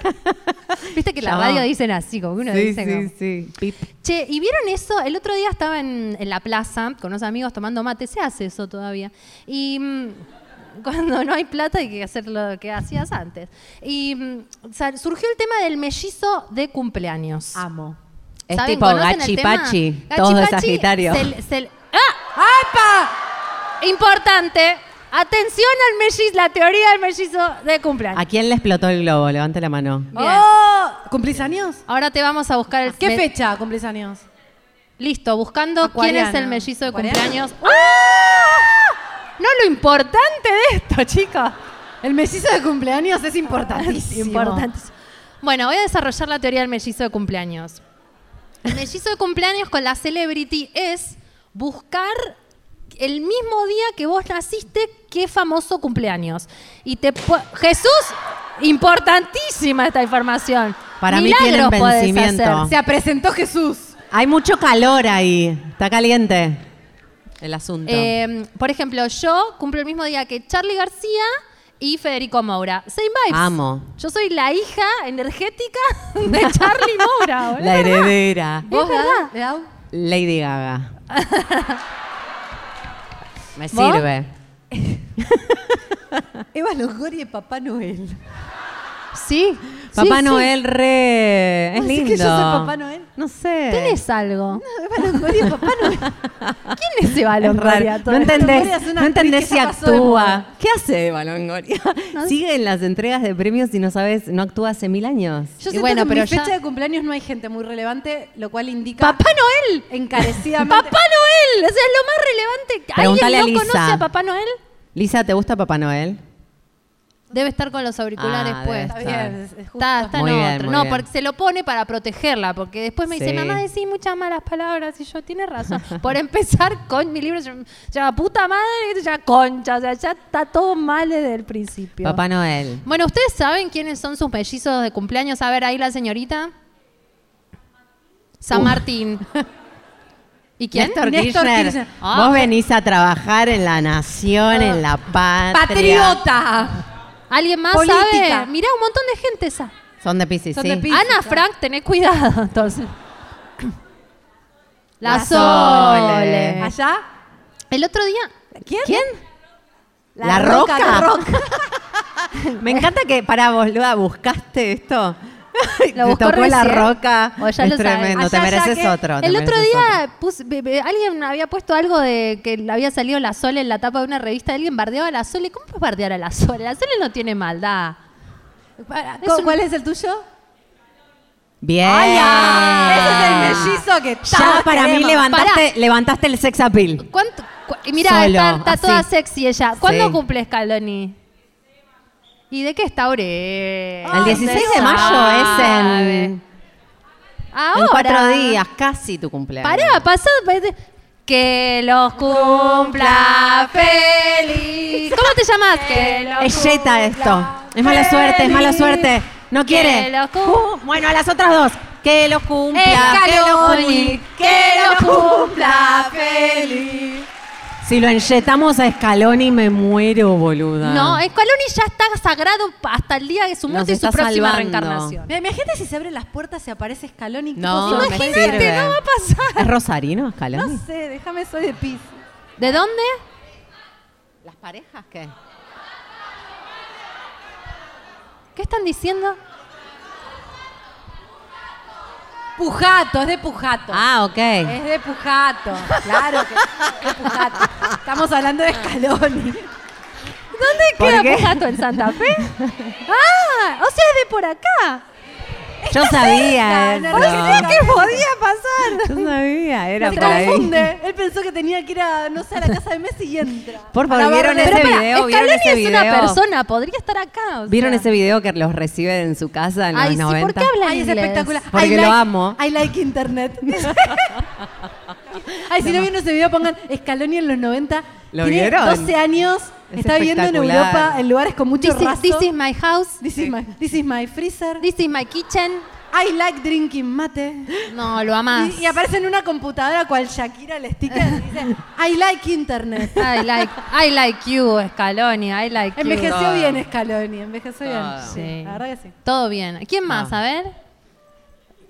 Speaker 5: Viste que la
Speaker 7: Ya.
Speaker 5: radio dicen así, como que uno dice. como-
Speaker 7: sí. Pip.
Speaker 5: Che, ¿y vieron eso? El otro día estaba en, en la plaza con unos amigos tomando mate. Se hace eso todavía. Y mm, cuando no hay plata hay que hacer lo que hacías antes. Y mm, sal- surgió el tema del mellizo de cumpleaños.
Speaker 6: Amo.
Speaker 7: Es
Speaker 5: ¿Saben?
Speaker 7: tipo
Speaker 5: ¿Conocen el tema?
Speaker 7: gachipachi, todos de
Speaker 5: Gachipachi,
Speaker 7: Sagitario.
Speaker 5: sel- sel- ¡Ah! Importante. Atención al mellizo, la teoría del mellizo de cumpleaños.
Speaker 7: ¿A quién le explotó el globo? Levante la mano.
Speaker 5: Bien.
Speaker 6: ¡Oh! ¿Cumplís años?
Speaker 5: Ahora te vamos a buscar el
Speaker 6: ¿Qué
Speaker 5: me-
Speaker 6: fecha cumplís años?
Speaker 5: Listo, buscando
Speaker 6: Acuariana.
Speaker 5: quién es el mellizo de
Speaker 6: ¿Acuariana?
Speaker 5: cumpleaños. ¡Ah! No lo importante de esto, chicos.
Speaker 6: El mellizo de cumpleaños es importantísimo.
Speaker 5: Importantísimo. Bueno, voy a desarrollar la teoría del mellizo de cumpleaños. El mellizo de cumpleaños con la celebrity es buscar el mismo día que vos naciste, qué famoso cumpleaños. Y te pu- Jesús, importantísima esta información.
Speaker 7: Para mí tienen
Speaker 5: Milagros podés
Speaker 7: vencimiento.
Speaker 5: hacer.
Speaker 6: Se presentó Jesús.
Speaker 7: Hay mucho calor ahí. Está caliente el asunto.
Speaker 5: Eh, por ejemplo, yo cumplo el mismo día que Charlie García y Federico Moura. Same vibes.
Speaker 7: Amo.
Speaker 5: Yo soy la hija energética de Charlie Moura. boludo.
Speaker 7: la heredera.
Speaker 5: ¿Vos, Gada?
Speaker 6: Lau?
Speaker 7: Lady Gaga. Me sirve.
Speaker 6: Eva Longoria y Papá Noel.
Speaker 5: Sí.
Speaker 7: Papá
Speaker 5: sí,
Speaker 7: Noel re. Eh, Es
Speaker 6: ¿Vos decís
Speaker 7: lindo.
Speaker 6: que yo soy Papá Noel?
Speaker 7: No sé.
Speaker 5: sí. Tenés algo.
Speaker 6: Balongoria, papá Noel.
Speaker 5: ¿Quién es ese
Speaker 7: Es
Speaker 5: balón
Speaker 7: raro.
Speaker 5: radiator?
Speaker 7: No
Speaker 6: Balongoria
Speaker 7: entendés,
Speaker 6: es una
Speaker 7: no entendés
Speaker 6: actriz que
Speaker 7: si
Speaker 6: ya pasó de
Speaker 7: actúa.
Speaker 6: moda.
Speaker 7: ¿Qué hace Balongoria? Sigue en las entregas de premios y no sabes, no actúa hace mil años.
Speaker 6: Yo
Speaker 5: Y
Speaker 6: siento
Speaker 5: bueno,
Speaker 6: que en
Speaker 5: pero
Speaker 6: mi
Speaker 5: ya-
Speaker 6: fecha de cumpleaños no hay gente muy relevante, lo cual indica
Speaker 5: ¡Papá Noel!
Speaker 6: encarecidamente.
Speaker 5: ¡Papá Noel! O sea, es lo más relevante.
Speaker 7: Preguntale
Speaker 5: ¿Alguien
Speaker 7: a
Speaker 5: no
Speaker 7: Lisa.
Speaker 5: conoce a Papá Noel?
Speaker 7: Lisa, ¿te gusta Papá Noel?
Speaker 5: Debe estar con los auriculares
Speaker 7: Ah, debe
Speaker 5: puestos.
Speaker 7: estar.
Speaker 6: Bien, es- es justo.
Speaker 5: Está, está en
Speaker 7: Muy bien,
Speaker 5: otro.
Speaker 7: muy
Speaker 5: No,
Speaker 7: bien.
Speaker 5: porque se lo pone para protegerla, porque después me dice,
Speaker 7: Sí.
Speaker 5: mamá, decís muchas malas palabras, y yo, tiene razón. Por empezar, con mi libro se llama- se llama puta madre, y ya concha, o sea, ya está todo mal desde el principio.
Speaker 7: Papá Noel.
Speaker 5: Bueno, ¿ustedes saben quiénes son sus mellizos de cumpleaños? A ver, ahí la señorita. San Martín. ¿Y quién?
Speaker 7: Néstor
Speaker 6: Néstor
Speaker 7: Kirchner.
Speaker 6: Kirchner.
Speaker 5: Ah.
Speaker 7: Vos venís a trabajar en la nación, en la patria.
Speaker 6: ¡Patriota!
Speaker 5: ¿Alguien más
Speaker 6: Política.
Speaker 5: sabe? Mirá, un montón de gente esa.
Speaker 7: Son de Pisces,
Speaker 6: Son
Speaker 7: sí.
Speaker 6: de Piscis.
Speaker 5: Ana Frank, tenés cuidado, entonces. La,
Speaker 7: La
Speaker 5: Sole.
Speaker 7: Sole.
Speaker 6: ¿Allá?
Speaker 5: El otro día,
Speaker 6: ¿Quién?
Speaker 7: ¿Quién?
Speaker 6: La,
Speaker 7: La Roca.
Speaker 6: roca. La roca.
Speaker 7: Me encanta que, para boluda, buscaste esto.
Speaker 5: Lo
Speaker 7: Te
Speaker 5: buscó
Speaker 7: tocó la
Speaker 5: recién.
Speaker 7: roca.
Speaker 5: O ya
Speaker 7: es
Speaker 5: lo sabes.
Speaker 7: tremendo, te
Speaker 6: Allá, allá
Speaker 7: mereces
Speaker 6: que
Speaker 7: otro. te
Speaker 5: el otro
Speaker 7: mereces otro.
Speaker 5: día pus- be- be- alguien había puesto algo de que le había salido la Sole en la tapa de una revista. Alguien bardeaba a la Sole. ¿Cómo puedes bardear a la Sole? La Sole no tiene maldad.
Speaker 6: Para,
Speaker 5: Es un-
Speaker 6: ¿Cuál es el tuyo?
Speaker 7: Bien.
Speaker 6: Ah, Ese es el mellizo que
Speaker 7: Ya
Speaker 6: todos
Speaker 7: para mí
Speaker 6: queremos.
Speaker 7: levantaste, levantaste el sex appeal.
Speaker 5: ¿Cuánto? cu- y mira,
Speaker 7: Solo,
Speaker 5: está, está
Speaker 7: así.
Speaker 5: toda sexy ella. ¿Cuándo
Speaker 7: Sí.
Speaker 5: cumples, Caloni? ¿Y de qué está
Speaker 6: Ah,
Speaker 5: Ore?
Speaker 7: El 16 de mayo es en,
Speaker 5: Ahora.
Speaker 7: en cuatro días, casi tu cumpleaños.
Speaker 5: Pará, pasá. pará. Que los cumpla feliz. ¿Cómo te llamas? Que los
Speaker 7: Es Jetta esto. Es mala suerte, es mala suerte. No
Speaker 5: Que
Speaker 7: quiere.
Speaker 5: los cum-
Speaker 7: Uh, bueno, a las otras dos. Que los cumpla.
Speaker 5: El
Speaker 7: que los
Speaker 5: Caloni,
Speaker 7: cumpli-
Speaker 5: que lo
Speaker 7: cumpla feliz. Si lo enyetamos a Scaloni me muero, boluda.
Speaker 5: Ah. No, el Caloni ya está sagrado hasta el día de su muerte
Speaker 7: Nos
Speaker 5: y su
Speaker 7: está
Speaker 5: próxima
Speaker 7: salvando.
Speaker 5: reencarnación.
Speaker 6: Mira, Imagínate si se abren las puertas y aparece Escalón y
Speaker 7: No,
Speaker 6: tipo,
Speaker 7: me
Speaker 6: imagínate,
Speaker 7: sirve.
Speaker 6: no va a pasar.
Speaker 7: ¿Es Rosarino Scaloni?
Speaker 6: No sé, déjame, soy de pis.
Speaker 5: ¿De dónde?
Speaker 7: ¿Las parejas qué?
Speaker 5: ¿Qué están diciendo?
Speaker 6: Pujato, es de Pujato.
Speaker 7: Ah, ok.
Speaker 6: Es de Pujato, claro que es de Pujato. Estamos hablando de Scaloni.
Speaker 5: ¿Dónde
Speaker 7: ¿Por
Speaker 5: queda
Speaker 7: qué?
Speaker 5: Pujato en Santa Fe? ah, o sea, es de por acá.
Speaker 7: Yo sabía.
Speaker 6: cerca,
Speaker 7: eso.
Speaker 6: no,
Speaker 5: ¿Qué podía pasar?
Speaker 7: Yo sabía, era
Speaker 6: Se
Speaker 7: por ahí.
Speaker 6: confunde. Él pensó que tenía que ir a, no sé, a la casa de Messi y entra.
Speaker 7: Por
Speaker 6: Para
Speaker 7: favor, vieron
Speaker 6: barrer.
Speaker 7: ese
Speaker 5: Pero pará,
Speaker 7: video, vieron
Speaker 5: Scaloni
Speaker 7: ese
Speaker 5: es una
Speaker 7: video.
Speaker 5: persona, podría estar acá. o
Speaker 7: ¿Vieron
Speaker 5: sea.
Speaker 7: ese video que los recibe en su casa en los
Speaker 5: Ay, sí,
Speaker 7: 90?
Speaker 5: ¿por qué hablan
Speaker 6: Ay, es
Speaker 5: inglés?
Speaker 6: espectacular.
Speaker 7: Porque
Speaker 6: I
Speaker 7: lo
Speaker 6: like-
Speaker 7: amo.
Speaker 6: I like internet. Ay, si no vieron ese video, pongan Scaloni en los 90.
Speaker 7: ¿Lo
Speaker 6: Tiene
Speaker 7: vieron?
Speaker 6: 12 años,
Speaker 7: Es
Speaker 6: está viviendo en
Speaker 7: espectacular.
Speaker 6: Europa, en lugares con mucho
Speaker 5: This is-
Speaker 6: raso.
Speaker 5: this is my house.
Speaker 6: This is my, this is my freezer.
Speaker 5: This is my kitchen.
Speaker 6: I like drinking mate.
Speaker 5: No, lo amás.
Speaker 6: Y, y aparece en una computadora cual Shakira el sticker y dice I like internet.
Speaker 5: I like, I like you, Scaloni, I like you.
Speaker 6: Envejeció
Speaker 7: Todo.
Speaker 6: bien Scaloni, envejeció bien.
Speaker 7: Todo.
Speaker 6: Sí,
Speaker 5: Sí.
Speaker 6: La verdad que sí.
Speaker 5: Todo bien.
Speaker 6: Ah.
Speaker 5: ¿Quién más?
Speaker 7: No.
Speaker 5: A ver.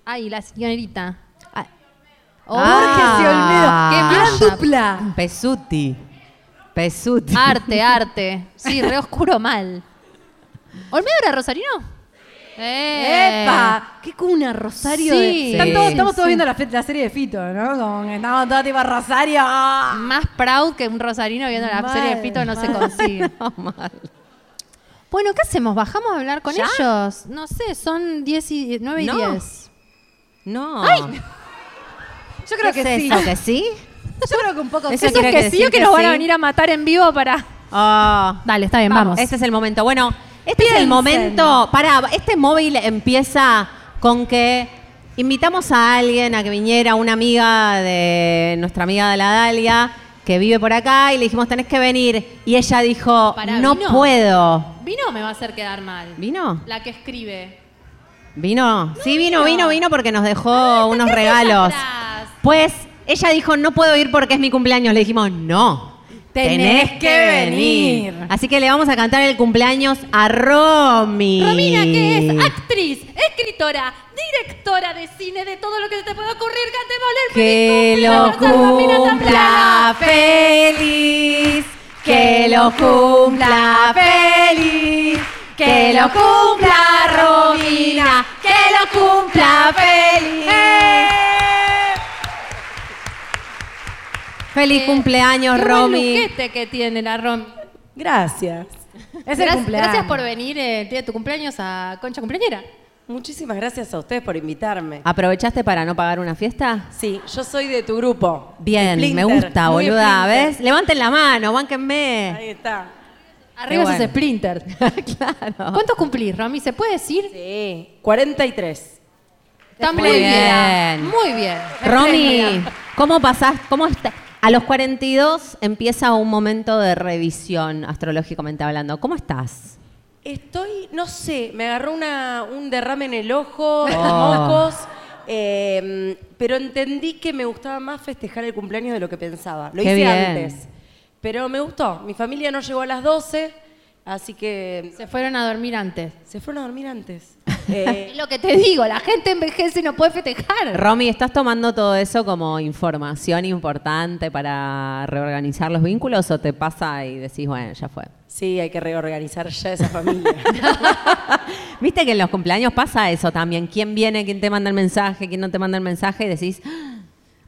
Speaker 5: Ay, la señorita.
Speaker 7: Ah,
Speaker 5: Oh,
Speaker 7: Ah.
Speaker 5: Jorge
Speaker 6: Gran
Speaker 5: Olmedo. Qué mashup.
Speaker 6: dupla.
Speaker 7: Pesuti. Pesuti.
Speaker 5: Arte, arte. Sí, re oscuro mal. ¿Olmedo era rosarino? ¡Eh!
Speaker 6: ¡Epa! ¡Qué cuna, Rosario!
Speaker 5: Sí.
Speaker 6: de-
Speaker 5: Sí,
Speaker 6: Están todos- estamos
Speaker 5: sí.
Speaker 6: todos viendo la, fe- la serie de Fito, ¿no? Como que estamos todos tipo Rosario. ¡ah!
Speaker 5: Más proud que un rosarino viendo la
Speaker 6: Mal,
Speaker 5: serie de Fito no se
Speaker 6: mal.
Speaker 5: consigue.
Speaker 7: No, mal.
Speaker 5: Bueno, ¿qué hacemos? ¿Bajamos a hablar con ellos? No sé, son 10 y 9 y
Speaker 7: No.
Speaker 5: 10.
Speaker 7: No.
Speaker 6: Yo creo que sí.
Speaker 7: ¿Eso que sí?
Speaker 6: Yo creo que un poco
Speaker 7: Eso
Speaker 6: sí.
Speaker 5: Eso es
Speaker 7: quiere
Speaker 5: que
Speaker 7: decir
Speaker 5: sí o que
Speaker 7: que
Speaker 5: nos van a
Speaker 7: sí?
Speaker 5: venir a matar en vivo para.
Speaker 7: Ah.
Speaker 5: Dale, está bien, vamos.
Speaker 7: Este es el momento. Bueno, este es el
Speaker 6: Piensen.
Speaker 7: momento. Pará, este móvil empieza con que invitamos a alguien a que viniera, una amiga de nuestra amiga de la Dalia, que vive por acá, y le dijimos, tenés que venir. Y ella dijo,
Speaker 5: Pará,
Speaker 7: no
Speaker 5: ¿vino?
Speaker 7: puedo.
Speaker 5: Vino me va a hacer quedar mal.
Speaker 7: ¿Vino?
Speaker 5: La que escribe.
Speaker 7: ¿Vino? sí, vino, vino, vino porque nos dejó unos
Speaker 5: ¿qué haces
Speaker 7: regalos.
Speaker 5: atrás?
Speaker 7: Pues ella dijo, no puedo ir porque es mi cumpleaños. Le dijimos, no.
Speaker 6: Tenés que venir.
Speaker 7: Así que le vamos a cantar el cumpleaños a Romy.
Speaker 5: Romina, que es actriz, escritora, directora de cine, de todo lo que se te pueda ocurrir, cantémosle el
Speaker 7: Que
Speaker 5: feliz
Speaker 7: lo
Speaker 5: cumpleaños a Romina Zambrano.
Speaker 7: cumpla feliz, que lo cumpla feliz, que
Speaker 6: lo cumpla Romina, que lo cumpla feliz. Eh.
Speaker 7: Feliz
Speaker 9: Eh,
Speaker 7: cumpleaños,
Speaker 5: Qué buen
Speaker 7: Romy.
Speaker 5: luquete que tiene la Romy.
Speaker 9: Gracias.
Speaker 6: Es el
Speaker 5: Gracias,
Speaker 6: cumpleaños.
Speaker 5: gracias por venir eh, el día de tu cumpleaños a Concha Cumpleañera.
Speaker 9: Muchísimas gracias a ustedes por invitarme.
Speaker 7: ¿Aprovechaste para no pagar una fiesta?
Speaker 9: Sí, yo soy de tu grupo.
Speaker 7: Bien, me
Speaker 9: Splinter,
Speaker 7: gusta,
Speaker 9: muy
Speaker 7: boluda.
Speaker 9: Splinter.
Speaker 7: ¿Ves? Levanten la mano, bánquenme.
Speaker 9: Ahí está.
Speaker 5: Arriba
Speaker 7: Qué
Speaker 5: esos
Speaker 7: bueno.
Speaker 5: Splinter.
Speaker 7: claro.
Speaker 5: ¿Cuántos cumplís, Romy? ¿Se puede decir?
Speaker 9: Sí, 43.
Speaker 5: Está muy
Speaker 7: Muy
Speaker 5: bien.
Speaker 7: bien.
Speaker 5: Muy bien.
Speaker 7: Romy, ¿cómo pasás? ¿Cómo está? A los 42 empieza un momento de revisión astrológicamente hablando. ¿Cómo estás?
Speaker 9: Estoy, no sé, me agarró una, un derrame en el ojo,
Speaker 7: Oh.
Speaker 9: mocos, eh, pero entendí que me gustaba más festejar el cumpleaños de lo que pensaba. Lo
Speaker 7: Qué
Speaker 9: hice
Speaker 7: bien.
Speaker 9: antes, pero me gustó. Mi familia no llegó a las 12, así que
Speaker 5: Se fueron a dormir antes.
Speaker 9: se fueron a dormir antes. Eh,
Speaker 5: Es lo que te digo, la gente envejece y no puede festejar.
Speaker 7: Romy, ¿estás tomando todo eso como información importante para reorganizar los vínculos o te pasa y decís, bueno, ya fue?
Speaker 9: sí, hay que reorganizar ya esa familia.
Speaker 7: Viste que en los cumpleaños pasa eso también. ¿Quién viene? ¿Quién te manda el mensaje? ¿Quién no te manda el mensaje? Y decís, "Ah,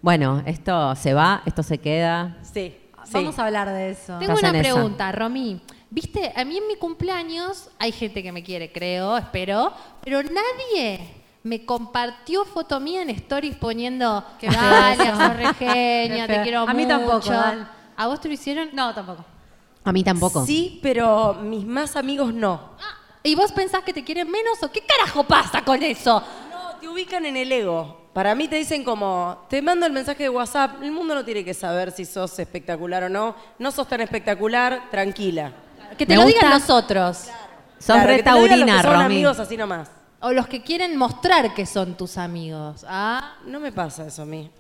Speaker 7: bueno, esto se va, esto se queda.
Speaker 9: Sí, sí.
Speaker 6: Vamos a hablar de eso.
Speaker 5: Tengo
Speaker 7: Estás
Speaker 5: una
Speaker 7: en esa.
Speaker 5: pregunta, Romy. Viste, a mí en mi cumpleaños hay gente que me quiere, creo, espero, pero nadie me compartió foto mía en stories poniendo que dale, sos re genia,
Speaker 6: Qué
Speaker 5: te
Speaker 6: feo.
Speaker 5: quiero
Speaker 6: A mí
Speaker 5: mucho".
Speaker 6: tampoco, dale.
Speaker 5: ¿A vos te lo hicieron? No, tampoco.
Speaker 7: A mí tampoco.
Speaker 9: Sí, pero mis más amigos no.
Speaker 5: ¿Y vos pensás que te quieren menos o qué carajo pasa con eso?
Speaker 9: No, te ubican en el ego. Para mí te dicen como, te mando el mensaje de WhatsApp, el mundo no tiene que saber si sos espectacular o no, no sos tan espectacular, tranquila.
Speaker 5: Que te
Speaker 7: Me
Speaker 5: lo
Speaker 7: gusta.
Speaker 5: digan los otros.
Speaker 7: Sos
Speaker 9: Claro, que te lo digan los
Speaker 7: retaurina,
Speaker 9: que son
Speaker 7: Romy.
Speaker 9: amigos así nomás.
Speaker 5: O los que quieren mostrar que son tus amigos. Ah.
Speaker 9: No me pasa eso a mí.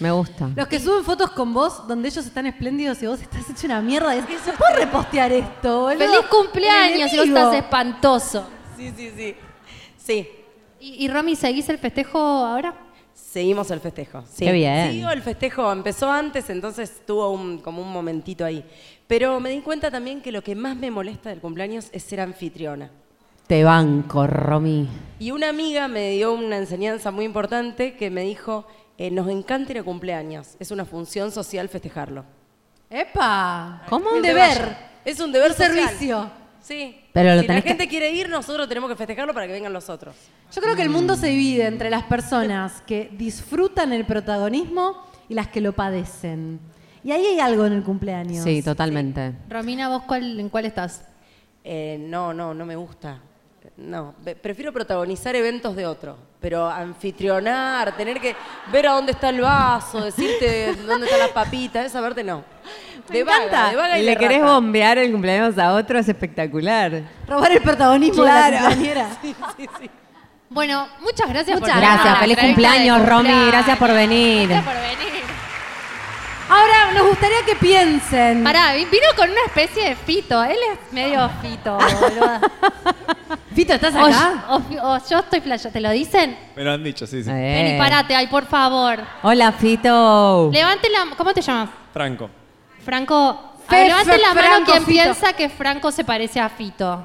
Speaker 7: Me gusta.
Speaker 6: Los que suben fotos con vos donde ellos están espléndidos y vos estás hecho una mierda. Es que se puede repostear esto, boludo.
Speaker 5: ¡Feliz cumpleaños! Y vos
Speaker 6: Enemigo.
Speaker 5: estás espantoso.
Speaker 9: Sí, sí, sí. Sí,
Speaker 5: ¿Y, y, Romy, seguís el festejo ahora?
Speaker 9: seguimos el festejo. Sí.
Speaker 7: Qué bien.
Speaker 9: Sigo el festejo, empezó antes, entonces tuvo un- como un momentito ahí. Pero me di cuenta también que lo que más me molesta del cumpleaños es ser anfitriona.
Speaker 7: Te banco, Romy.
Speaker 9: Y una amiga me dio una enseñanza muy importante que me dijo, eh, nos encanta ir a cumpleaños, es una función social festejarlo.
Speaker 6: ¡Epa!
Speaker 7: ¿Cómo?
Speaker 6: Un deber.
Speaker 9: Es un deber
Speaker 6: Un
Speaker 9: social.
Speaker 6: servicio.
Speaker 9: Sí.
Speaker 7: Pero lo
Speaker 9: si
Speaker 7: tenés
Speaker 9: la
Speaker 7: que-
Speaker 9: gente quiere ir, nosotros tenemos que festejarlo para que vengan los otros.
Speaker 6: Yo creo que el mundo se divide entre las personas que disfrutan el protagonismo y las que lo padecen. Y ahí hay algo en el cumpleaños.
Speaker 7: Sí, totalmente.
Speaker 5: Romina, ¿vos cuál, en cuál estás?
Speaker 9: Eh, no, no, no me gusta. No, Pe- prefiero protagonizar eventos de otro, pero anfitrionar, tener que ver a dónde está el vaso, decirte dónde están las papitas, esa parte no. de vaga, de vaga y
Speaker 7: Le
Speaker 9: de
Speaker 7: querés
Speaker 9: rata.
Speaker 7: bombear el cumpleaños a otro, es espectacular.
Speaker 6: Robar el protagonismo de la compañera.
Speaker 5: Bueno, muchas gracias
Speaker 6: Muchas
Speaker 5: por
Speaker 6: gracias.
Speaker 7: Feliz
Speaker 5: venir. Entrevista de
Speaker 7: cumpleaños, Romy.
Speaker 5: cumpleaños.
Speaker 7: Gracias por venir.
Speaker 5: Gracias por venir.
Speaker 6: Ahora, nos gustaría que piensen.
Speaker 5: Pará, vi- vino con una especie de fito. Él es medio fito, boluda.
Speaker 6: Fito, ¿estás
Speaker 5: O,
Speaker 6: acá?
Speaker 5: yo- o- o yo estoy flayo. ¿Te lo dicen?
Speaker 10: Me lo han dicho, sí, sí.
Speaker 7: Eh.
Speaker 5: Vení, parate, ay, por favor.
Speaker 7: Hola,
Speaker 6: Uh.
Speaker 7: Fito.
Speaker 5: Levanten la... ¿Cómo te llamas?
Speaker 10: Franco.
Speaker 5: Franco...
Speaker 6: Fe-
Speaker 5: Ah, levanten la
Speaker 6: Fe-
Speaker 5: mano
Speaker 6: Franco,
Speaker 5: quien
Speaker 6: Fito.
Speaker 5: piensa que Franco se parece a Fito.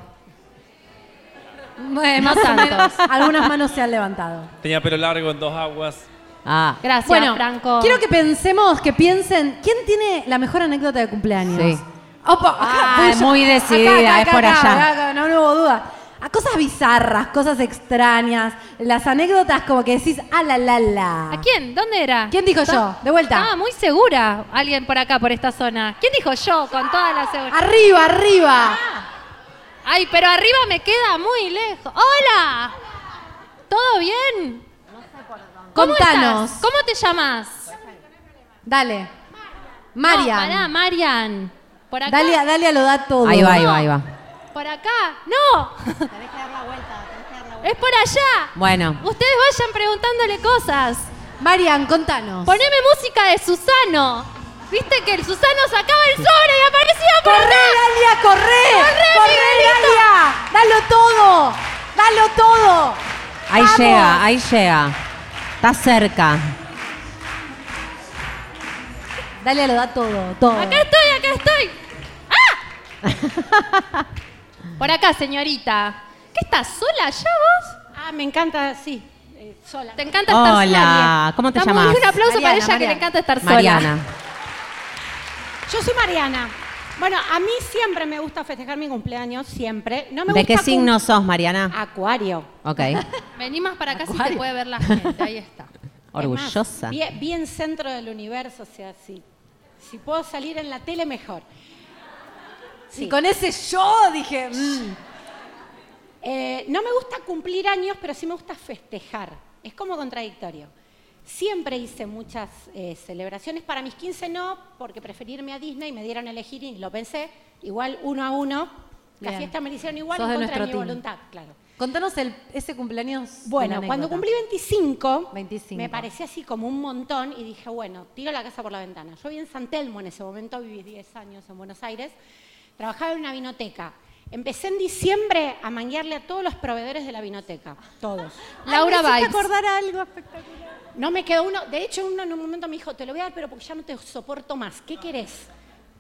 Speaker 6: Eh,
Speaker 5: No
Speaker 6: o menos,
Speaker 5: tantos.
Speaker 6: Algunas manos se han levantado.
Speaker 10: Tenía pelo largo en dos aguas.
Speaker 7: Ah,
Speaker 5: Gracias,
Speaker 6: bueno,
Speaker 5: Franco.
Speaker 6: quiero que pensemos, que piensen, ¿quién tiene la mejor anécdota de cumpleaños?
Speaker 7: Sí.
Speaker 6: Opa, acá,
Speaker 7: Ah,
Speaker 6: voy
Speaker 7: es
Speaker 6: yo.
Speaker 7: muy decidida, es por allá.
Speaker 6: acá, no, no hubo duda. A cosas bizarras, cosas extrañas, las anécdotas como que decís, ah, la, la, la.
Speaker 5: ¿A quién? ¿Dónde era?
Speaker 6: ¿Quién dijo yo? De vuelta.
Speaker 5: Ah, muy segura. Alguien por acá, por esta zona. ¿Quién dijo yo? Con toda la seguridad. Ah.
Speaker 6: Arriba, arriba.
Speaker 5: Ay, pero arriba me queda muy lejos. ¡Hola! ¿Todo bien? ¿Cómo
Speaker 6: Contanos.
Speaker 5: estás? ¿Cómo te llamas?
Speaker 6: Dale.
Speaker 5: No,
Speaker 6: Marian.
Speaker 5: pará, Marian. Por acá.
Speaker 6: Dalia, Dalia lo da todo.
Speaker 7: ahí va, ahí va, ahí va.
Speaker 5: Por acá. ¡No! Tenés que dar la vuelta, Es por allá.
Speaker 7: Bueno,
Speaker 5: Ustedes vayan preguntándole cosas.
Speaker 6: Marian, contanos.
Speaker 5: Poneme música de Susano. Viste que el Susano sacaba el sobre y aparecía por
Speaker 6: ¡Corre,
Speaker 5: acá.
Speaker 6: Dalia, corre!
Speaker 5: Corre,
Speaker 6: ¡Corre,
Speaker 5: Miguelito.
Speaker 6: Dalia! ¡Dalo todo! ¡Dalo todo!
Speaker 7: ahí
Speaker 6: Vamos.
Speaker 7: llega, ahí llega. Está cerca.
Speaker 6: Dalia lo da todo, todo.
Speaker 5: Acá estoy, acá estoy. ¡Ah! Por acá, señorita. ¿Qué estás sola ya vos?
Speaker 11: Ah, me encanta, sí, eh, sola.
Speaker 5: Te encanta estar sola.
Speaker 7: Hola, ¿cómo te
Speaker 5: Vamos,
Speaker 7: llamás?
Speaker 5: Un aplauso
Speaker 11: Mariana,
Speaker 5: para ella que le
Speaker 11: Mariana.
Speaker 5: encanta estar sola.
Speaker 7: Mariana.
Speaker 11: Yo soy Mariana. Bueno, a mí siempre me gusta festejar mi cumpleaños, siempre. No me
Speaker 7: ¿De
Speaker 11: gusta
Speaker 7: qué
Speaker 11: cum-
Speaker 7: signo sos, Mariana?
Speaker 11: Acuario.
Speaker 7: Ok.
Speaker 5: Vení Ah. más para acá si te puede ver la gente. Ahí está.
Speaker 7: Orgullosa.
Speaker 11: Bien, bien centro del universo, o sea, sí. Si puedo salir en la tele, mejor.
Speaker 6: Y con ese yo dije, mm,
Speaker 11: Eh, no me gusta cumplir años, pero sí me gusta festejar. Es como contradictorio. Siempre hice muchas eh, celebraciones. Para mis 15 no, porque preferí irme a Disney me dieron a elegir y lo pensé. Igual uno a uno. La
Speaker 6: Bien.
Speaker 11: fiesta me la hicieron igual
Speaker 6: Sos
Speaker 11: en
Speaker 6: de
Speaker 11: contra de mi
Speaker 6: nuestro team.
Speaker 11: voluntad, claro.
Speaker 6: contanos el- ese cumpleaños.
Speaker 11: Bueno,
Speaker 6: una
Speaker 11: cuando
Speaker 6: anécdota.
Speaker 11: cumplí 25,
Speaker 6: 25.
Speaker 11: me parecía así como un montón y dije, bueno, tiro la casa por la ventana. Yo vivía en San Telmo en ese momento, viví 10 años en Buenos Aires, trabajaba en una vinoteca. Empecé en diciembre a manguearle a todos los proveedores de la vinoteca, todos.
Speaker 5: Laura
Speaker 6: Ay, me hiciste
Speaker 5: Vibes.
Speaker 6: acordar algo espectacular.
Speaker 11: No me quedó uno, de hecho uno en un momento me dijo, te lo voy a dar, pero porque ya no te soporto más, ¿qué querés?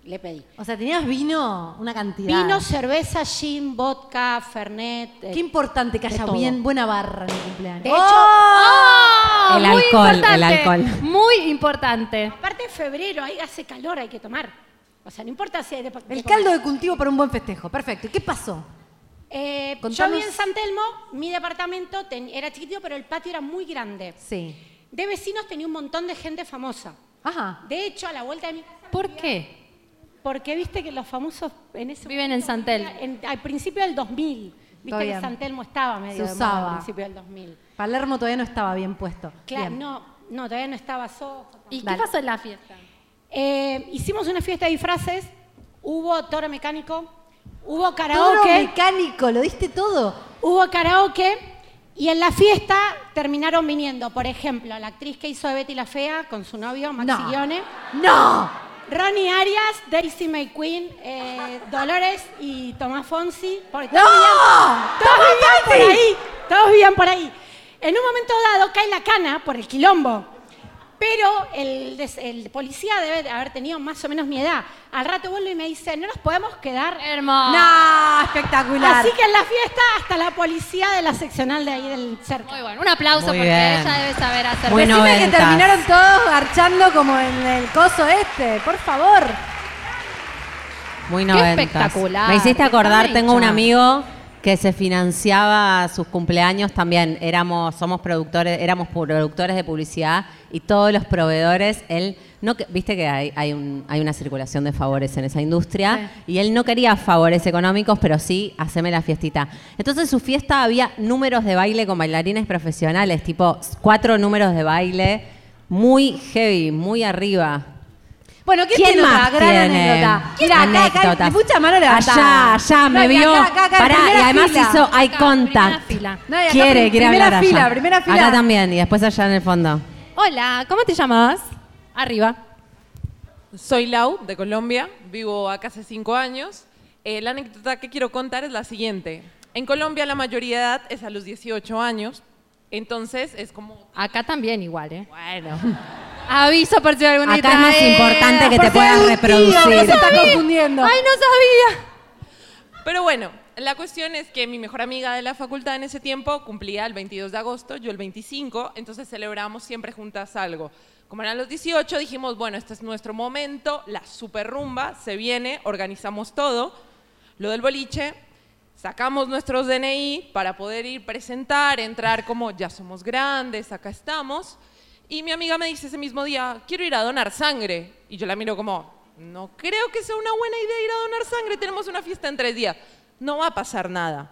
Speaker 11: Le pedí.
Speaker 6: O sea, tenías vino, una cantidad.
Speaker 11: Vino, cerveza, gin, vodka, fernet. eh,
Speaker 6: Qué importante que
Speaker 11: de
Speaker 6: haya
Speaker 11: todo.
Speaker 6: bien buena barra en el cumpleaños.
Speaker 11: De hecho,
Speaker 5: ¡Oh!
Speaker 7: El
Speaker 5: Muy
Speaker 7: alcohol, el
Speaker 5: importante,
Speaker 7: alcohol.
Speaker 5: Muy importante.
Speaker 11: aparte en febrero, ahí hace calor, hay que tomar. O sea, no importa si hay de, de comer.
Speaker 6: El caldo de cultivo para un buen festejo. Perfecto. ¿Y qué pasó?
Speaker 11: Eh, yo
Speaker 6: Contanos-
Speaker 11: vivía en San Telmo, mi departamento ten- era chiquitito, pero el patio era muy grande.
Speaker 6: Sí.
Speaker 11: De vecinos tenía un montón de gente famosa.
Speaker 6: Ajá.
Speaker 11: De hecho, a la vuelta de mi casa,
Speaker 5: ¿Por qué?
Speaker 11: porque viste que los famosos en ese
Speaker 5: Viven en San Telmo.
Speaker 11: en- al principio del 2000,
Speaker 6: Está
Speaker 11: viste que
Speaker 6: bien.
Speaker 11: San Telmo estaba medio
Speaker 6: Se
Speaker 11: de moda
Speaker 6: usaba.
Speaker 11: al principio del 2000.
Speaker 6: Palermo todavía no estaba bien puesto.
Speaker 11: Claro,
Speaker 6: Bien.
Speaker 11: no, no, todavía no estaba Soho.
Speaker 5: ¿Y
Speaker 6: Dale.
Speaker 5: qué pasó en la fiesta?
Speaker 11: Eh, hicimos una fiesta de disfraces, hubo toro mecánico, hubo
Speaker 6: Todo
Speaker 11: karaoke.
Speaker 6: mecánico, lo diste todo.
Speaker 11: Hubo karaoke y en la fiesta terminaron viniendo, por ejemplo, la actriz que hizo de Betty la Fea con su novio, Maxi
Speaker 6: No.
Speaker 11: Guione,
Speaker 6: ¡No!
Speaker 11: Ronnie Arias, Daisy May Queen, eh, Dolores y Tomás Fonsi. Porque
Speaker 6: ¡No!
Speaker 11: Todos vivían, todos vivían por
Speaker 6: Fonsi!
Speaker 11: ahí, todos vivían por ahí. En un momento dado cae la cana por el quilombo. Pero el, des- el policía debe de haber tenido más o menos mi edad. Al rato vuelve y me dice, no nos podemos quedar
Speaker 5: Hermoso.
Speaker 6: ¡No! Espectacular.
Speaker 11: Así que en la fiesta hasta la policía de la seccional de ahí del cerca.
Speaker 5: Muy bueno. Un aplauso
Speaker 7: Muy
Speaker 5: porque
Speaker 7: bien.
Speaker 5: ella debe saber hacer.
Speaker 7: Muy
Speaker 6: Decime que
Speaker 7: noventas.
Speaker 6: terminaron todos archando como en el coso este, por favor.
Speaker 7: Muy noventas.
Speaker 5: espectacular.
Speaker 7: Me hiciste acordar,
Speaker 5: Está
Speaker 7: tengo un
Speaker 5: hecha.
Speaker 7: amigo que se financiaba sus cumpleaños también. Éramos, somos productores, éramos productores de publicidad y todos los proveedores, él no que- viste que hay, hay, un- hay una circulación de favores en esa industria y él no quería favores económicos, pero sí haceme la fiestita. Entonces su fiesta había números de baile con bailarines profesionales, tipo cuatro números de baile, muy heavy, muy arriba.
Speaker 6: Bueno, ¿qué
Speaker 7: ¿Quién
Speaker 6: tiene
Speaker 7: más
Speaker 6: otra gran
Speaker 7: tiene
Speaker 6: anécdota? Mira, acá, acá,
Speaker 7: anécdotas?
Speaker 6: mucha mano levantada.
Speaker 7: Allá, allá,
Speaker 6: No,
Speaker 7: me
Speaker 6: y
Speaker 7: vio.
Speaker 6: acá, acá, acá,
Speaker 7: Pará,
Speaker 6: primera
Speaker 7: y además
Speaker 6: fila.
Speaker 7: hizo eye
Speaker 5: Acá, primera
Speaker 7: contact.
Speaker 5: fila.
Speaker 6: No, y acá
Speaker 7: quiere,
Speaker 6: prim-
Speaker 7: quiere
Speaker 6: primera
Speaker 7: hablar
Speaker 6: fila,
Speaker 7: allá.
Speaker 6: primera fila.
Speaker 7: Acá también, y después allá en el fondo.
Speaker 5: Hola, ¿cómo te llamabas? Arriba.
Speaker 12: Soy Lau, de Colombia, vivo acá hace cinco años. Eh, la anécdota que quiero contar es la siguiente. En Colombia la mayoría de edad es a los 18 años, entonces es como...
Speaker 5: Acá también igual, ¿eh?
Speaker 12: Bueno,
Speaker 5: Aviso por si alguna
Speaker 7: Acá es más
Speaker 5: distraída.
Speaker 7: importante que
Speaker 6: Por
Speaker 7: te
Speaker 6: si hay
Speaker 7: puedas
Speaker 6: un tío que
Speaker 7: reproducir.
Speaker 6: se está confundiendo.
Speaker 5: Ay, no sabía.
Speaker 12: Pero bueno, la cuestión es que mi mejor amiga de la facultad en ese tiempo cumplía el 22 de agosto, yo el 25, entonces celebramos siempre juntas algo. Como eran los 18, dijimos, bueno, este es nuestro momento, la super rumba se viene, organizamos todo, lo del boliche, sacamos nuestros DNI para poder ir presentar, entrar como ya somos grandes, acá estamos. Y mi amiga me dice ese mismo día, quiero ir a donar sangre. Y yo la miro como, no creo que sea una buena idea ir a donar sangre, tenemos una fiesta en tres días. No va a pasar nada.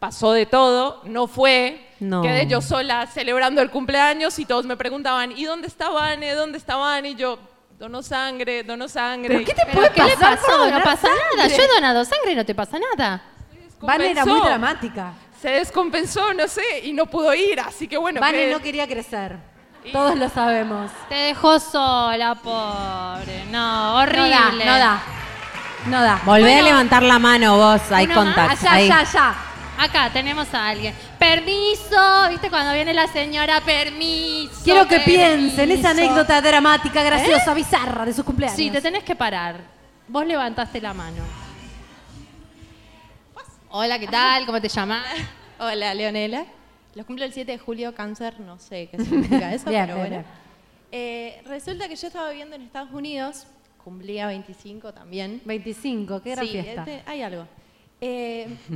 Speaker 12: Pasó de todo, no fue.
Speaker 7: No.
Speaker 12: Quedé yo sola celebrando el cumpleaños y todos me preguntaban, ¿y dónde está Vane? ¿Dónde está Vane? Y yo, dono sangre, dono sangre.
Speaker 6: ¿Pero qué te
Speaker 5: ¿Pero
Speaker 6: puede
Speaker 5: ¿Qué le
Speaker 6: pasar por
Speaker 5: pasó? No
Speaker 6: donar
Speaker 5: pasa nada.
Speaker 6: sangre?
Speaker 5: Yo he donado sangre y no te pasa nada.
Speaker 6: Vane era muy
Speaker 12: Compensó.
Speaker 6: dramática.
Speaker 12: Se descompensó, no sé, y no pudo ir, así que bueno.
Speaker 6: Vane
Speaker 12: que-
Speaker 6: no quería crecer. Todos lo sabemos.
Speaker 5: Te dejó sola, pobre. No,
Speaker 6: No
Speaker 5: horrible.
Speaker 6: da, no da. No da.
Speaker 7: Volvé a levantar la mano vos, eye
Speaker 5: Una
Speaker 7: contact.
Speaker 6: Allá,
Speaker 7: ahí.
Speaker 6: allá, allá.
Speaker 5: Acá tenemos a alguien. Permiso, ¿viste cuando viene la señora? Permiso.
Speaker 6: Quiero que
Speaker 5: permiso.
Speaker 6: piensen esa anécdota dramática, graciosa,
Speaker 7: ¿Eh?
Speaker 6: bizarra de sus cumpleaños.
Speaker 5: Sí, te tenés que parar. Vos levantaste la mano.
Speaker 6: Hola, ¿qué tal? ¿Cómo te llamas? Hola, Leonela. Los cumplo el 7 de julio, cáncer, no sé qué significa eso,
Speaker 1: Bien,
Speaker 6: pero
Speaker 1: bien,
Speaker 6: bueno.
Speaker 1: bien.
Speaker 6: Eh, resulta que yo estaba viviendo en Estados Unidos, cumplía 25 también. 25,
Speaker 1: qué gran fiesta.
Speaker 6: hay algo. Eh,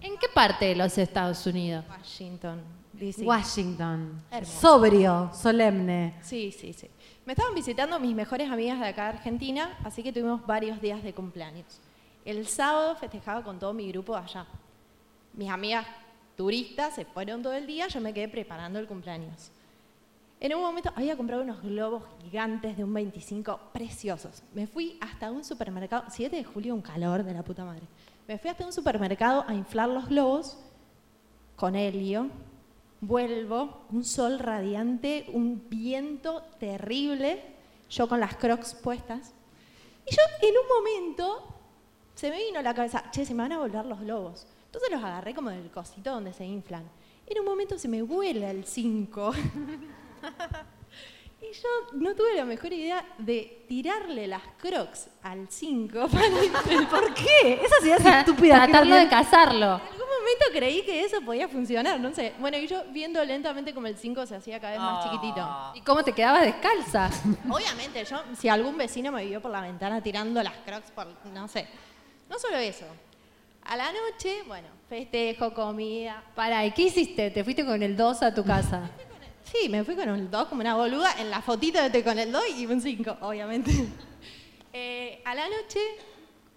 Speaker 5: ¿En qué parte de los Estados Unidos?
Speaker 6: Washington, D.C.
Speaker 1: Washington.
Speaker 6: Hermoso.
Speaker 1: Sobrio, solemne.
Speaker 6: Sí, sí, sí. Me estaban visitando mis mejores amigas de acá de Argentina, así que tuvimos varios días de cumpleaños. El sábado festejaba con todo mi grupo allá. Mis amigas turistas se fueron todo el día, yo me quedé preparando el cumpleaños. En un momento había comprado unos globos gigantes de un 25 preciosos. Me fui hasta un supermercado, 7 de julio, un calor de la puta madre. Me fui hasta un supermercado a inflar los globos con helio. Vuelvo, un sol radiante, un viento terrible, yo con las crocs puestas. Y yo en un momento se me vino a la cabeza, che, se me van a volver los globos. Entonces los agarré como del cosito donde se inflan. En un momento se me vuela el 5. y yo no tuve la mejor idea de tirarle las crocs al 5. ¿Por qué?
Speaker 1: Esas ideas estúpidas que
Speaker 6: Tratarlo de
Speaker 1: tienen.
Speaker 6: cazarlo. En algún momento creí que eso podía funcionar, no sé. Bueno, y yo viendo lentamente como el 5 se hacía cada vez más
Speaker 5: Ah.
Speaker 6: chiquitito.
Speaker 5: ¿Y cómo te quedabas descalza?
Speaker 6: Obviamente, yo, si algún vecino me vio por la ventana tirando las crocs, por, no sé. No solo eso. A la noche, bueno, festejo, comida.
Speaker 5: Pará, ¿y qué hiciste? ¿Te fuiste con el 2 a tu casa?
Speaker 6: Sí, me fui con el 2 como una boluda. En la fotito estoy con el 2 y un 5, obviamente. Eh, a la noche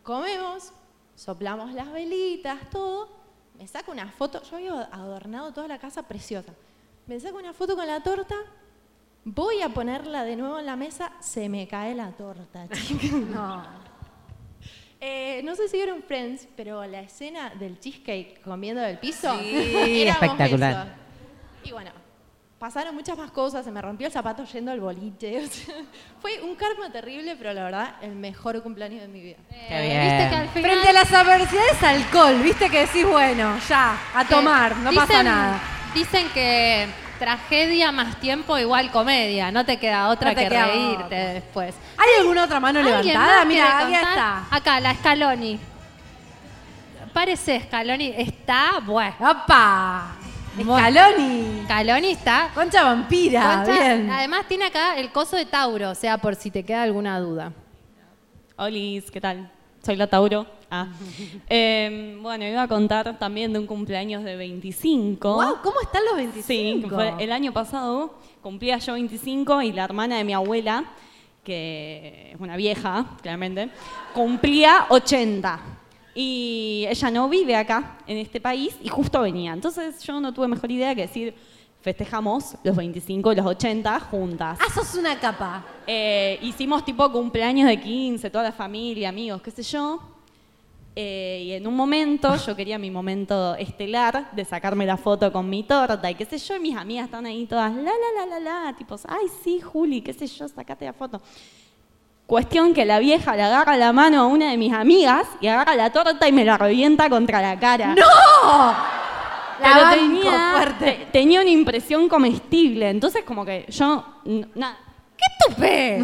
Speaker 6: comemos, soplamos las velitas, todo. Me saco una foto. Yo había adornado toda la casa preciosa. Me saco una foto con la torta. Voy a ponerla de nuevo en la mesa. Se me cae la torta, chica. No. Eh, no sé si vieron Friends, pero la escena del cheesecake comiendo del piso.
Speaker 7: Sí,
Speaker 6: éramos
Speaker 7: espectacular.
Speaker 6: eso. Y bueno, pasaron muchas más cosas, se me rompió el zapato yendo al boliche. o sea, fue un karma terrible, pero la verdad, el mejor cumpleaños de mi vida.
Speaker 7: Qué bien. viste que al
Speaker 6: final-
Speaker 1: Frente a las adversidades, alcohol. Viste que decís, bueno, ya, a tomar, no pasa
Speaker 5: Dicen-
Speaker 1: nada.
Speaker 5: Dicen que tragedia más tiempo igual comedia. No te queda otra
Speaker 1: No te
Speaker 5: que
Speaker 1: queda
Speaker 5: reírte
Speaker 1: otra.
Speaker 5: después.
Speaker 1: ¿Hay alguna otra mano
Speaker 5: ¿Alguien
Speaker 1: levantada?
Speaker 5: más
Speaker 1: Mira,
Speaker 5: quiere
Speaker 1: aquí
Speaker 5: contar?
Speaker 1: está.
Speaker 5: Acá, la Scaloni. Parece Scaloni. Está, bueno.
Speaker 1: ¡Apa! Scaloni.
Speaker 5: Scaloni está.
Speaker 1: Concha vampira,
Speaker 5: Concha-
Speaker 1: bien.
Speaker 5: Además tiene acá el coso de Tauro, o sea, por si te queda alguna duda.
Speaker 13: Olis, ¿qué tal? Soy la Tauro. Ah. Eh, bueno, iba a contar también de un cumpleaños de 25.
Speaker 1: Guau, ¿Cómo están los 25?
Speaker 13: Sí, que fue el año pasado. Cumplía yo 25 y la hermana de mi abuela, que es una vieja, claramente, cumplía 80. Y ella no vive acá, en este país, y justo venía. Entonces yo no tuve mejor idea que decir, festejamos los 25 y los 80 juntas.
Speaker 1: Ah, sos una capa.
Speaker 13: Eh, hicimos tipo cumpleaños de 15, toda la familia, amigos, qué sé yo. Eh, y en un momento, yo quería mi momento estelar de sacarme la foto con mi torta y qué sé yo, y mis amigas están ahí todas, la, la, la, la, la, tipos, ay, sí, Juli, qué sé yo, sacate la foto. Cuestión que la vieja le agarra la mano a una de mis amigas y agarra la torta y me la revienta contra la cara.
Speaker 1: ¡No! La
Speaker 13: Pero
Speaker 1: banco
Speaker 13: tenía,
Speaker 1: fuerte.
Speaker 13: te- tenía una impresión comestible, entonces como que yo, n- nada. ¡Qué tupé!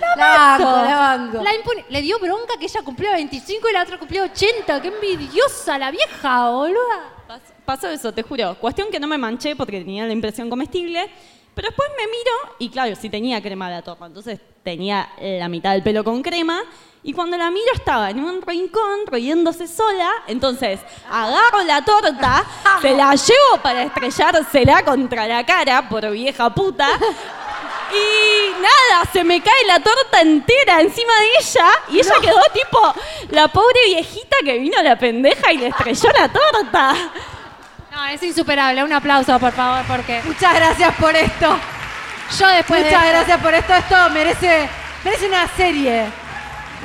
Speaker 1: La,
Speaker 5: banco,
Speaker 13: banco, la banco.
Speaker 5: La impune- Le dio bronca que ella cumplía 25 y la otra cumplía 80. ¡Qué envidiosa la vieja, boluda!
Speaker 13: Pasó eso, te juro. Cuestión que no me manché porque tenía la impresión comestible. Pero después me miro y claro, sí tenía crema de la torta. Entonces tenía la mitad del pelo con crema. Y cuando la miro estaba en un rincón riéndose sola. Entonces agarro la torta, se la llevo para estrellársela contra la cara por vieja puta. Y nada, se me cae la torta entera encima de ella y ella quedó tipo la pobre viejita que vino la pendeja y le estrelló la torta.
Speaker 5: No, es insuperable. Un aplauso, por favor, porque...
Speaker 1: Muchas gracias por esto.
Speaker 5: Yo después de
Speaker 1: Muchas
Speaker 5: esto-
Speaker 1: gracias por esto. Esto merece, merece una serie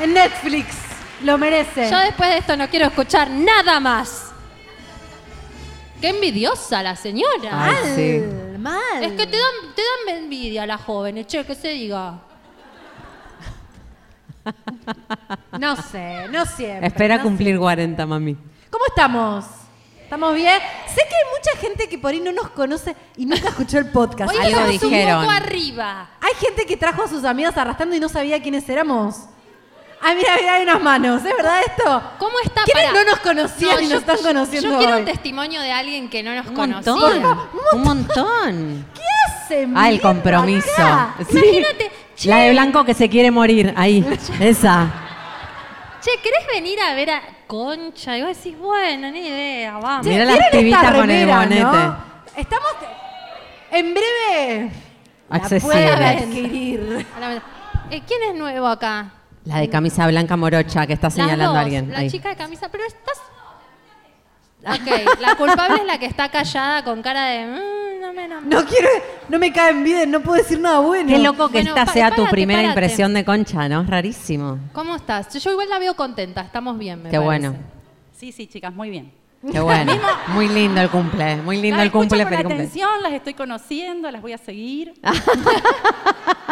Speaker 1: en Netflix. Lo merece.
Speaker 5: Yo después de esto no quiero escuchar nada más. Qué envidiosa la señora.
Speaker 1: Ay, sí.
Speaker 5: Mal, mal. Es que te dan, te dan envidia las jóvenes, che, que se diga.
Speaker 1: No sé, no siempre.
Speaker 7: Espera
Speaker 1: no
Speaker 7: cumplir 40, mami.
Speaker 1: ¿Cómo estamos? ¿Estamos bien? Sé que hay mucha gente que por ahí no nos conoce y nunca escuchó el podcast.
Speaker 7: Hoy Algo estamos un dijeron. poco
Speaker 5: arriba.
Speaker 1: Hay gente que trajo a sus amigas arrastrando y no sabía quiénes éramos.
Speaker 6: Ah, mira, mira, hay unas manos. ¿Es verdad esto?
Speaker 5: ¿Cómo está?
Speaker 6: ¿Quiénes
Speaker 5: Pará.
Speaker 6: no nos conocían
Speaker 5: No,
Speaker 6: y nos
Speaker 5: yo-
Speaker 6: están conociendo
Speaker 5: Yo quiero
Speaker 6: hoy?
Speaker 5: un testimonio de alguien que no nos
Speaker 6: Un
Speaker 5: conocía.
Speaker 6: montón.
Speaker 7: Un montón.
Speaker 6: ¿Qué hacen?
Speaker 7: Ah, el compromiso. Sí. La de blanco que se quiere morir, ahí. Esa.
Speaker 5: Che, ¿querés venir a ver a Concha? Y vos decís, bueno, ni idea, vamos.
Speaker 7: Mirá la activista con el bonete.
Speaker 6: Estamos en breve.
Speaker 7: Accesible.
Speaker 6: adquirir.
Speaker 5: Eh, ¿Quién es nuevo acá?
Speaker 7: La de camisa blanca morocha que está
Speaker 5: Las
Speaker 7: señalando
Speaker 5: dos,
Speaker 7: a alguien.
Speaker 5: La
Speaker 7: ahí.
Speaker 5: chica de camisa, pero estás. Ok, la culpable es la que está callada con cara de. "Mm, no me
Speaker 6: No quiero, no me caen bien, no puedo decir nada bueno.
Speaker 7: Qué loco que
Speaker 5: Bueno,
Speaker 7: esta
Speaker 5: pa-
Speaker 7: sea tu
Speaker 5: párate,
Speaker 7: primera
Speaker 5: párate.
Speaker 7: impresión de concha, ¿no? Es rarísimo.
Speaker 5: ¿Cómo estás? Yo igual la veo contenta, estamos bien, me
Speaker 7: Qué
Speaker 5: parece.
Speaker 7: bueno.
Speaker 14: Sí, sí, chicas, muy bien.
Speaker 7: Qué bueno. Muy lindo el cumple, muy lindo
Speaker 5: Ah,
Speaker 14: Las
Speaker 7: el cumple,
Speaker 14: escucho con
Speaker 7: feliz cumple.
Speaker 14: atención, las estoy conociendo, las voy a seguir.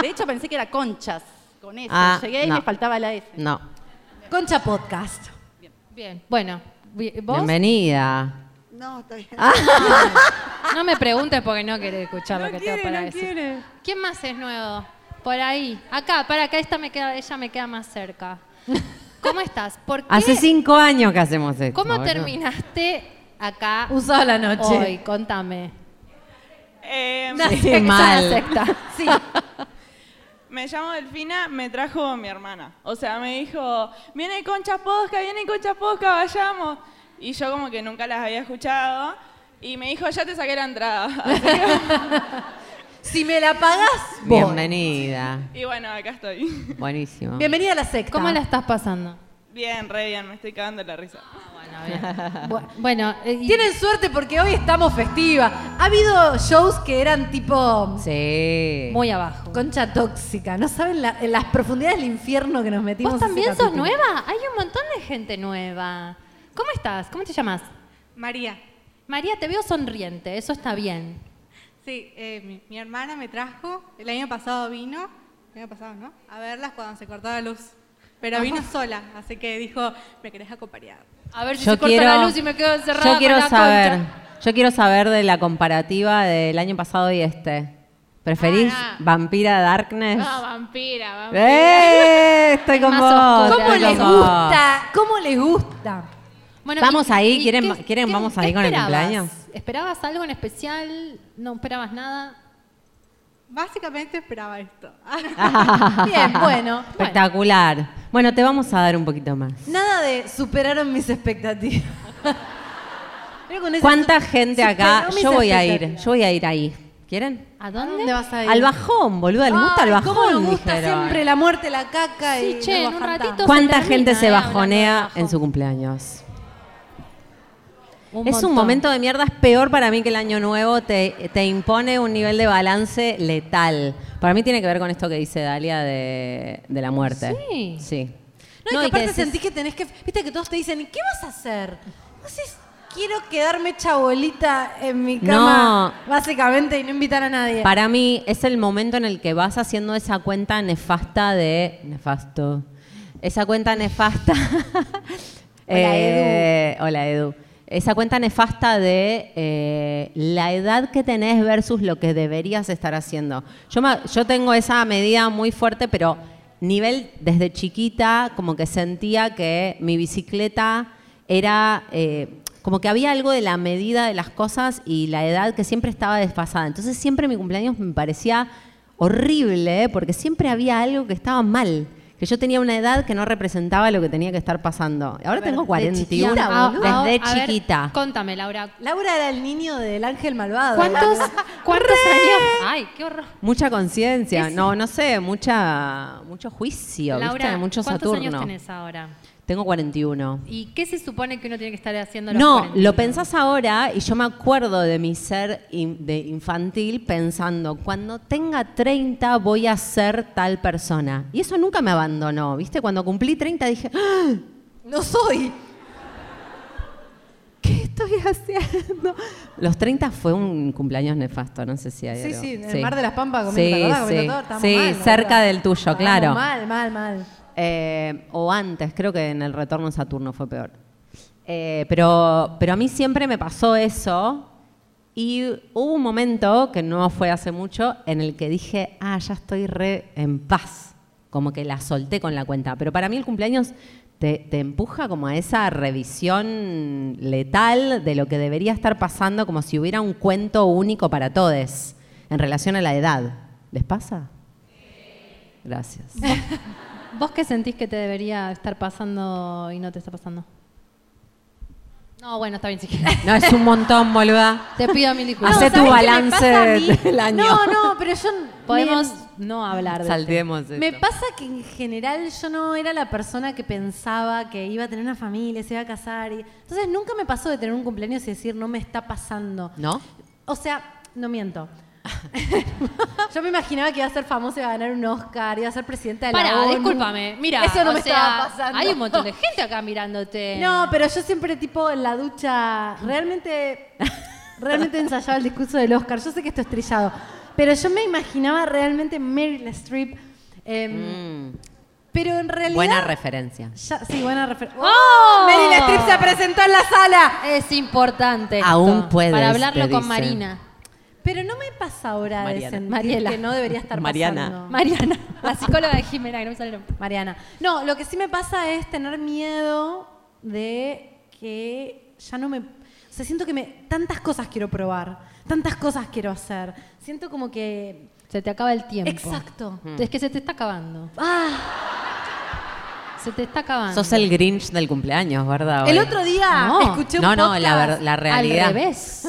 Speaker 14: De hecho, pensé que era conchas con eso.
Speaker 7: Ah,
Speaker 14: Llegué y
Speaker 7: no.
Speaker 14: me faltaba la S.
Speaker 7: No.
Speaker 6: Concha Podcast.
Speaker 5: Bien, bueno. vi- ¿Vos?
Speaker 7: Bienvenida.
Speaker 5: No, estoy bien.
Speaker 7: Ah.
Speaker 5: no me preguntes porque no querés escuchar lo que tengo para decir. ¿Quién más es nuevo? Por ahí. Acá, para acá esta me queda, ella me queda más cerca. ¿Cómo estás? ¿Por qué?
Speaker 7: Hace cinco años que hacemos esto.
Speaker 5: ¿Cómo
Speaker 7: boludo.
Speaker 5: terminaste acá?
Speaker 7: Un la noche.
Speaker 5: Hoy, contame.
Speaker 14: Eh,
Speaker 6: Una
Speaker 7: sí, secta, mal. una secta.
Speaker 6: Sí.
Speaker 15: Me llamo Delfina, me trajo mi hermana. O sea, me dijo, viene Concha Posca, viene Concha Posca, vayamos. Y yo como que nunca las había escuchado. Y me dijo, ya te saqué la entrada. Así
Speaker 6: Si me la pagas,
Speaker 7: Bienvenida.
Speaker 15: que- y bueno, acá estoy.
Speaker 7: Buenísimo.
Speaker 6: Bienvenida a la secta.
Speaker 5: ¿Cómo la estás pasando?
Speaker 15: Bien, re bien, me estoy cagando la risa.
Speaker 5: Bueno,
Speaker 6: tienen suerte porque hoy estamos festiva. Ha habido shows que eran tipo
Speaker 7: Sí.
Speaker 5: muy abajo.
Speaker 6: Concha tóxica, no saben la- en las profundidades del infierno que nos metimos.
Speaker 5: ¿Vos
Speaker 6: ese
Speaker 5: también sos
Speaker 6: capítulo.
Speaker 5: nueva? Hay un montón de gente nueva. ¿Cómo estás? ¿Cómo te llamas?
Speaker 16: María,
Speaker 5: María, te veo sonriente, eso está bien.
Speaker 16: sí, eh, mi, mi hermana me trajo, el año pasado vino, el año pasado, ¿no? A verlas cuando se cortó la luz, pero vino sola, así que dijo, ¿me querés acompañar?
Speaker 5: A ver
Speaker 7: Yo quiero, yo quiero saber, yo quiero saber de la comparativa del año pasado y este. ¿Preferís
Speaker 6: Ah,
Speaker 7: Vampira Darkness?
Speaker 16: No, vampira, vampira.
Speaker 7: ¡Eh! Estoy con vos.
Speaker 6: ¿Cómo
Speaker 7: estoy
Speaker 6: les
Speaker 7: con vos.
Speaker 6: gusta? ¿Cómo les gusta?
Speaker 7: vamos ahí, quieren,
Speaker 5: qué-
Speaker 7: quieren vamos
Speaker 5: ¿Qué
Speaker 7: ahí con el
Speaker 5: esperabas?
Speaker 7: cumpleaños.
Speaker 5: ¿Esperabas algo en especial? ¿No esperabas nada?
Speaker 16: Básicamente esperaba esto.
Speaker 6: Bien, bueno.
Speaker 7: Espectacular. Bueno. te vamos a dar un poquito más.
Speaker 6: Nada de superaron mis expectativas. Mira con esa-
Speaker 7: ¿Cuánta gente acá?
Speaker 6: superó mis
Speaker 7: Yo voy a ir,
Speaker 6: expectativas.
Speaker 7: yo voy a ir ahí. ¿Quieren?
Speaker 5: ¿A dónde?
Speaker 6: vas a ir?
Speaker 7: Al bajón, boluda, les gusta el
Speaker 6: Ay,
Speaker 7: bajón.
Speaker 6: ¿Cómo nos gusta
Speaker 7: dijeron.
Speaker 6: siempre la muerte, la caca
Speaker 5: Sí,
Speaker 6: y
Speaker 5: che,
Speaker 6: nos
Speaker 5: en un
Speaker 6: bajan
Speaker 5: ratito
Speaker 6: tanto?
Speaker 7: ¿Cuánta gente se bajonea en su cumpleaños? es un momento de mierda, es peor para mí que el año nuevo, te, te impone un nivel de balance letal. Para mí tiene que ver con esto que dice Dalia de, de la muerte.
Speaker 6: Sí.
Speaker 7: Sí.
Speaker 6: No, y
Speaker 7: No,
Speaker 6: que
Speaker 7: y que
Speaker 6: aparte
Speaker 7: decís-
Speaker 6: sentís que tenés que. Viste que todos te dicen, ¿y qué vas a hacer? No sé, quiero quedarme hecha bolita en mi cama, básicamente, y no invitar a nadie.
Speaker 7: Para mí es el momento en el que vas haciendo esa cuenta nefasta de... Nefasto. Esa cuenta nefasta... Eh, hola, Edu. Esa cuenta nefasta de eh, la edad que tenés versus lo que deberías estar haciendo. Yo, me- yo tengo esa medida muy fuerte, pero nivel desde chiquita, como que sentía que mi bicicleta era. eh, como que había algo de la medida de las cosas y la edad que siempre estaba desfasada. Entonces, siempre mi cumpleaños me parecía horrible, ¿eh? porque siempre había algo que estaba mal. Que yo tenía una edad que no representaba lo que tenía que estar pasando. Ahora tengo 41.
Speaker 5: Ah, ah,
Speaker 7: desde
Speaker 5: a ver,
Speaker 7: chiquita.
Speaker 5: contame, Laura.
Speaker 6: Laura era el niño del ángel malvado.
Speaker 5: ¿Cuántos, cuántos años? Ay, qué horror.
Speaker 7: Mucha conciencia. No, no sé, mucha, mucho juicio,
Speaker 5: Laura,
Speaker 7: ¿viste? Mucho
Speaker 5: ¿cuántos
Speaker 7: Saturno.
Speaker 5: años tenés ahora?
Speaker 7: Tengo 41.
Speaker 5: ¿Y qué se supone que uno tiene que estar haciendo a los
Speaker 7: No,
Speaker 5: 40?
Speaker 7: lo pensás ahora y yo me acuerdo de mi ser in- de infantil pensando, cuando tenga 30 voy a ser tal persona. Y eso nunca me abandonó, ¿viste? Cuando cumplí 30 dije, "¡Ah!
Speaker 6: No soy.
Speaker 7: ¿Qué estoy haciendo? Los 30 fue un cumpleaños nefasto, no sé si hay
Speaker 6: Sí,
Speaker 7: algo.
Speaker 6: sí, en el Mar de las Pampas comiendo, ¿te
Speaker 7: Sí,
Speaker 6: acordás? Comiendo
Speaker 7: sí,
Speaker 6: todo, estábamos
Speaker 7: sí
Speaker 6: mal, boluda.
Speaker 7: cerca del tuyo,
Speaker 6: Estábamos
Speaker 7: claro.
Speaker 6: Mal, mal, mal.
Speaker 7: Eh, o antes, creo que en el retorno a Saturno fue peor. Eh, pero, pero a mí siempre me pasó eso y hubo un momento, que no fue hace mucho, en el que dije, ah, ya estoy re en paz como que la solté con la cuenta. Pero para mí el cumpleaños te, te empuja como a esa revisión letal de lo que debería estar pasando, como si hubiera un cuento único para todos en relación a la edad. ¿Les pasa? Gracias.
Speaker 6: ¿Vos qué sentís que te debería estar pasando y no te está pasando? No, bueno, está bien si quieres.
Speaker 7: No, es un montón, boluda.
Speaker 6: Te pido mil disculpas.
Speaker 7: Hacé
Speaker 6: No, ¿sabés qué
Speaker 7: tu
Speaker 6: me
Speaker 7: balance
Speaker 6: pasa a mí?
Speaker 7: del año.
Speaker 6: No, no, pero yo...
Speaker 17: Podemos
Speaker 6: Podemos no hablar de este.
Speaker 7: Saltemos
Speaker 6: esto.
Speaker 7: esto.
Speaker 6: Me pasa que en general yo no era la persona que pensaba que iba a tener una familia, se iba a casar. y- Entonces nunca me pasó de tener un cumpleaños y decir, no me está pasando.
Speaker 7: ¿No?
Speaker 6: O sea, no miento. Yo me imaginaba que iba a ser famoso, iba a ganar un Oscar, iba a ser presidenta de la
Speaker 5: Pará,
Speaker 6: ONU.
Speaker 5: discúlpame. Mira,
Speaker 6: eso no
Speaker 5: o
Speaker 6: me
Speaker 5: sea,
Speaker 6: estaba pasando.
Speaker 5: Hay un montón de gente acá mirándote.
Speaker 6: No, pero yo siempre tipo en la ducha, realmente, realmente ensayaba el discurso del Oscar. Yo sé que esto es trillado, pero yo me imaginaba realmente Meryl Streep.
Speaker 5: Mm.
Speaker 6: em, Pero en realidad...
Speaker 7: Buena referencia.
Speaker 6: Ya- sí, buena referencia.
Speaker 5: ¡Oh!
Speaker 6: Meryl Streep se presentó en la sala.
Speaker 5: Es importante. esto,
Speaker 7: Aún puedes,
Speaker 5: Para hablarlo
Speaker 7: te
Speaker 5: con
Speaker 7: dicen.
Speaker 5: Marina.
Speaker 6: Pero no me pasa ahora
Speaker 5: Mariana.
Speaker 6: de sentir
Speaker 5: Mariela.
Speaker 6: que no debería estar
Speaker 7: Mariana.
Speaker 6: pasando.
Speaker 5: Mariana, la psicóloga de Jimena, que no me sale el nombre.
Speaker 6: Mariana. No, lo que sí me pasa es tener miedo de que ya no me... O sea, siento que me, tantas cosas quiero probar, tantas cosas quiero hacer. Siento como que...
Speaker 5: Se te acaba el tiempo.
Speaker 6: Exacto.
Speaker 5: Mm. Es que se te está acabando.
Speaker 6: Ah,
Speaker 5: Se te está acabando.
Speaker 7: Sos el Grinch del cumpleaños, ¿verdad?
Speaker 6: el
Speaker 7: hoy?
Speaker 6: otro día
Speaker 5: No.
Speaker 6: escuché un
Speaker 7: No, no, la,
Speaker 6: podcast-
Speaker 7: ver- la realidad.
Speaker 5: Al revés.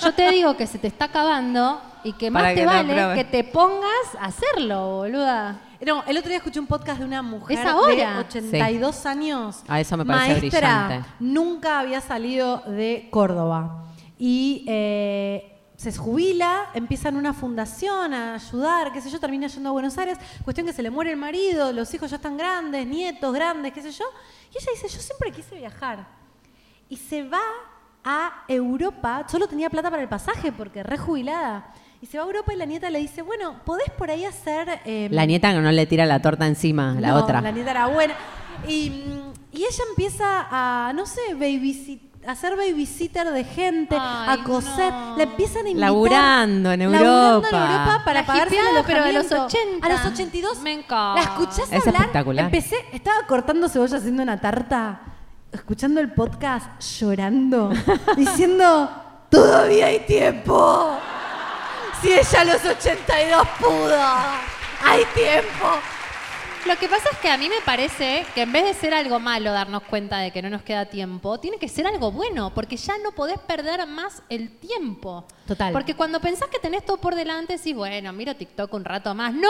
Speaker 5: Yo te digo que se te está acabando y que más
Speaker 7: Para
Speaker 5: te
Speaker 7: que no
Speaker 5: vale
Speaker 7: pruebe.
Speaker 5: que te pongas a hacerlo, boluda.
Speaker 6: No, el otro día escuché un podcast de una mujer
Speaker 5: Es ahora.
Speaker 6: de 82 años.
Speaker 7: Ah, eso me parece
Speaker 6: maestra,
Speaker 7: brillante.
Speaker 6: Nunca había salido de Córdoba. Y eh, se jubila, empieza en una fundación a ayudar, qué sé yo, termina yendo a Buenos Aires. Cuestión que se le muere el marido, los hijos ya están grandes, nietos grandes, qué sé yo. Y ella dice, yo siempre quise viajar. Y se va a Europa, solo tenía plata para el pasaje porque re jubilada. Y se va a Europa y la nieta le dice, bueno, podés por ahí hacer... eh,
Speaker 7: La nieta que no le tira la torta encima, la
Speaker 6: no,
Speaker 7: otra.
Speaker 6: La nieta era buena. Y, mm, y ella empieza a, no sé, babysit- a ser babysitter de gente, a coser. La empiezan a invitar.
Speaker 7: Laburando en
Speaker 6: laburando en
Speaker 7: Europa.
Speaker 6: Europa para
Speaker 5: La
Speaker 6: pagarse el
Speaker 5: hipeada, pero de los
Speaker 6: alojamiento.
Speaker 5: 80.
Speaker 6: A los 82.
Speaker 5: Me encanta.
Speaker 6: La escuchás
Speaker 7: Es
Speaker 6: hablar.
Speaker 7: espectacular.
Speaker 6: Empecé, estaba cortando cebolla haciendo una tarta, escuchando el podcast, llorando, diciendo, todavía hay tiempo. Si ella a los 82 pudo, hay tiempo.
Speaker 5: Lo que pasa es que a mí me parece que en vez de ser algo malo darnos cuenta de que no nos queda tiempo, tiene que ser algo bueno, porque ya no podés perder más el tiempo.
Speaker 6: Total.
Speaker 5: Porque cuando pensás que tenés todo por delante, decís, bueno, miro TikTok un rato más. ¡No!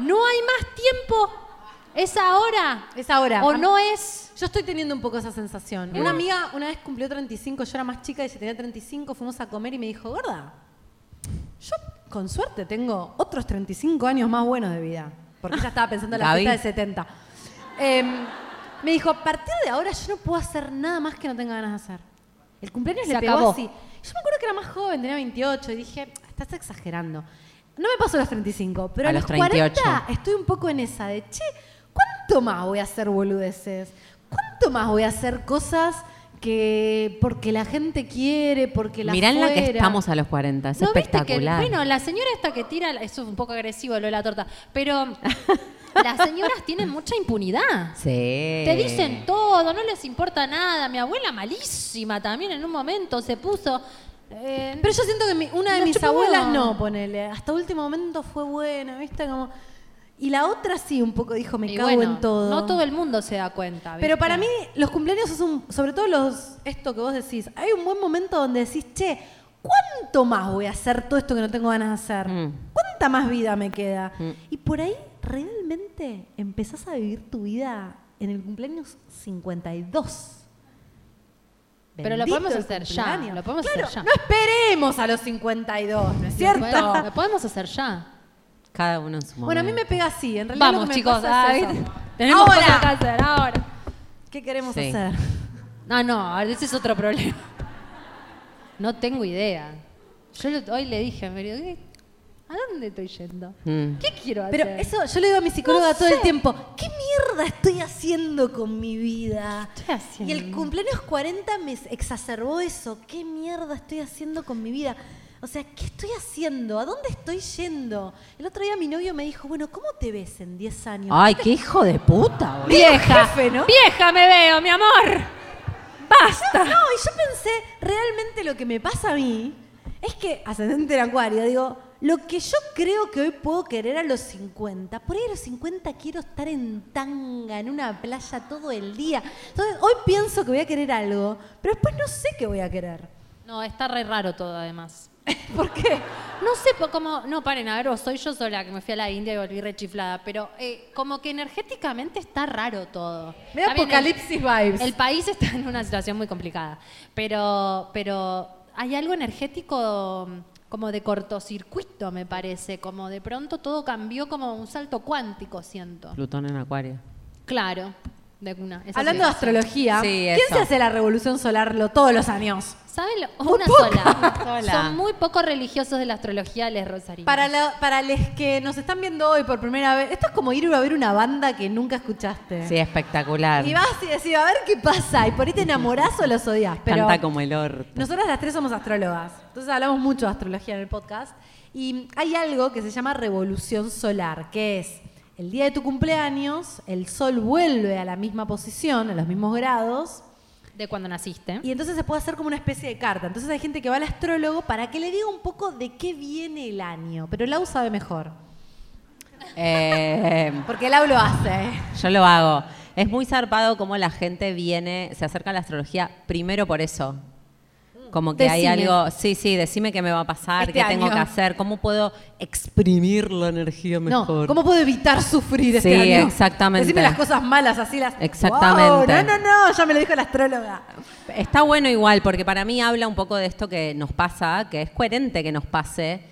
Speaker 5: No hay más tiempo. Es ahora.
Speaker 6: Es ahora.
Speaker 5: O
Speaker 6: A-
Speaker 5: no es.
Speaker 6: Yo estoy teniendo un poco esa sensación. Una amiga una vez cumplió 35, yo era más chica, ella tenía 35, fuimos a comer y me dijo, gorda, yo con suerte tengo otros 35 años más buenos de vida. Porque ella estaba pensando en la
Speaker 7: Gaby.
Speaker 6: fiesta de 70. Em, me dijo, a partir de ahora yo no puedo hacer nada más que no tenga ganas de hacer. El cumpleaños
Speaker 5: Se
Speaker 6: le pegó
Speaker 5: acabó.
Speaker 6: así. Yo me acuerdo que era más joven, tenía 28, y dije, estás exagerando. No me pasó los 35, pero
Speaker 7: A
Speaker 6: a,
Speaker 7: los
Speaker 6: los,
Speaker 7: 38.
Speaker 6: 40 estoy un poco en esa de, che, ¿cuánto más voy a hacer boludeces? ¿Cuánto más voy a hacer cosas que porque la gente quiere, porque la
Speaker 7: Mirá en la que
Speaker 6: fuera?
Speaker 7: estamos a los 40, es
Speaker 5: ¿No viste que,
Speaker 7: espectacular.
Speaker 5: bueno, la señora esta que tira, eso es un poco agresivo lo de la torta, pero las señoras tienen mucha impunidad.
Speaker 7: Sí.
Speaker 5: Te dicen todo, no les importa nada. Mi abuela malísima también en un momento se puso. eh,
Speaker 6: Pero yo siento que mi- una de
Speaker 5: La
Speaker 6: mis
Speaker 5: chupó.
Speaker 6: abuelas no, ponele. Hasta último momento fue buena, ¿viste? Como... Y la otra sí, un poco dijo, me
Speaker 5: y
Speaker 6: cago
Speaker 5: bueno,
Speaker 6: en todo.
Speaker 5: No todo el mundo se da cuenta. ¿viste?
Speaker 6: Pero para mí, los cumpleaños es un. Sobre todo los. Esto que vos decís. Hay un buen momento donde decís, che, ¿cuánto más voy a hacer todo esto que no tengo ganas de hacer?
Speaker 5: Mm.
Speaker 6: ¿Cuánta más vida me queda? Y por ahí, realmente empezás a vivir tu vida en el cumpleaños 52.
Speaker 5: Pero lo
Speaker 6: Bendito
Speaker 5: podemos
Speaker 6: el
Speaker 5: hacer ya,
Speaker 6: cumpleaños.
Speaker 5: lo podemos hacer
Speaker 6: Claro,
Speaker 5: ya.
Speaker 6: No esperemos a los 52, ¿no es
Speaker 5: Lo
Speaker 6: cierto?
Speaker 5: podemos- Lo podemos hacer ya.
Speaker 7: Cada uno en su momento.
Speaker 6: Bueno, a mí me pega así. En realidad, lo que
Speaker 5: Vamos,
Speaker 6: me
Speaker 5: chicos.
Speaker 6: pasa es
Speaker 5: ay,
Speaker 6: eso.
Speaker 5: tenemos
Speaker 6: Ahora.
Speaker 5: cosas que hacer ahora.
Speaker 6: ¿Qué queremos
Speaker 7: Sí.
Speaker 6: hacer?
Speaker 5: No, no, a ver, ese es otro problema. No tengo idea. Yo lo- hoy le dije, me digo, ¿qué- ¿a dónde estoy yendo?
Speaker 7: Mm.
Speaker 5: ¿Qué quiero hacer?
Speaker 6: Pero eso yo le digo a mi psicóloga
Speaker 5: No
Speaker 6: todo
Speaker 5: sé.
Speaker 6: el tiempo, ¿qué mierda estoy haciendo con mi vida?
Speaker 5: estoy haciendo?
Speaker 6: Y el cumpleaños 40 me exacerbó eso, ¿qué mierda estoy haciendo con mi vida? O sea, ¿qué estoy haciendo? ¿A dónde estoy yendo? El otro día mi novio me dijo, bueno, ¿cómo te ves en 10 años?
Speaker 7: Ay, qué hijo de puta, boludo.
Speaker 6: Vieja,
Speaker 5: vieja me veo, mi amor.
Speaker 6: ¡Basta! No, y yo pensé, realmente lo que me pasa a mí es que, ascendente en acuario, digo, lo que yo creo que hoy puedo querer a los 50, por ahí a los 50 quiero estar en tanga, en una playa todo el día. Entonces, hoy pienso que voy a querer algo, pero después no sé qué voy a querer.
Speaker 5: No, está re raro todo además. ¿Por qué? No sé po- cómo. No, paren, a ver, o soy yo sola que me fui a la India y volví rechiflada, pero eh, como que energéticamente está raro todo.
Speaker 6: Me
Speaker 5: Está
Speaker 6: da
Speaker 5: bien,
Speaker 6: apocalipsis
Speaker 5: el-
Speaker 6: vibes.
Speaker 5: El país está en una situación muy complicada, pero, pero hay algo energético mm, como de cortocircuito, me parece, como de pronto todo cambió como un salto cuántico, siento.
Speaker 7: Plutón en Acuario.
Speaker 5: Claro, de una. esa
Speaker 6: Hablando de
Speaker 5: situación.
Speaker 6: astrología, ¿quién
Speaker 7: eso.
Speaker 6: se hace la revolución solar lo- todos los años?
Speaker 5: ¿Saben? lo- Una sola. Son muy pocos religiosos de la astrología, les Rosarino.
Speaker 6: Para, la- para los que nos están viendo hoy por primera vez, esto es como ir a ver una banda que nunca escuchaste.
Speaker 7: Sí, espectacular.
Speaker 6: Eh. Y vas y decís, a ver qué pasa. Y por ahí te enamorás o los odias. Pero
Speaker 7: Canta como el orto.
Speaker 6: nosotras las tres somos astrólogas. Entonces hablamos mucho de astrología en el podcast. Y hay algo que se llama revolución solar, que es el día de tu cumpleaños, el sol vuelve a la misma posición, a los mismos grados.
Speaker 5: De cuando naciste.
Speaker 6: Y entonces se puede hacer como una especie de carta. Entonces hay gente que va al astrólogo para que le diga un poco de qué viene el año. Pero Lau sabe mejor.
Speaker 7: Eh,
Speaker 6: Porque Lau lo hace.
Speaker 7: yo lo hago. Es muy zarpado cómo la gente viene, se acerca a la astrología primero por eso. Como que hay
Speaker 6: Decime.
Speaker 7: algo, sí, sí, decime qué me va a pasar,
Speaker 6: Este
Speaker 7: qué tengo
Speaker 6: año.
Speaker 7: que hacer, cómo puedo exprimir la energía
Speaker 6: No,
Speaker 7: mejor.
Speaker 6: ¿cómo puedo evitar sufrir este
Speaker 7: Sí,
Speaker 6: año?
Speaker 7: exactamente.
Speaker 6: Decime las cosas malas, así las...
Speaker 7: Exactamente.
Speaker 6: Wow, no, no, no, ya me lo dijo la astróloga.
Speaker 7: Está bueno igual, porque para mí habla un poco de esto que nos pasa, que es coherente que nos pase,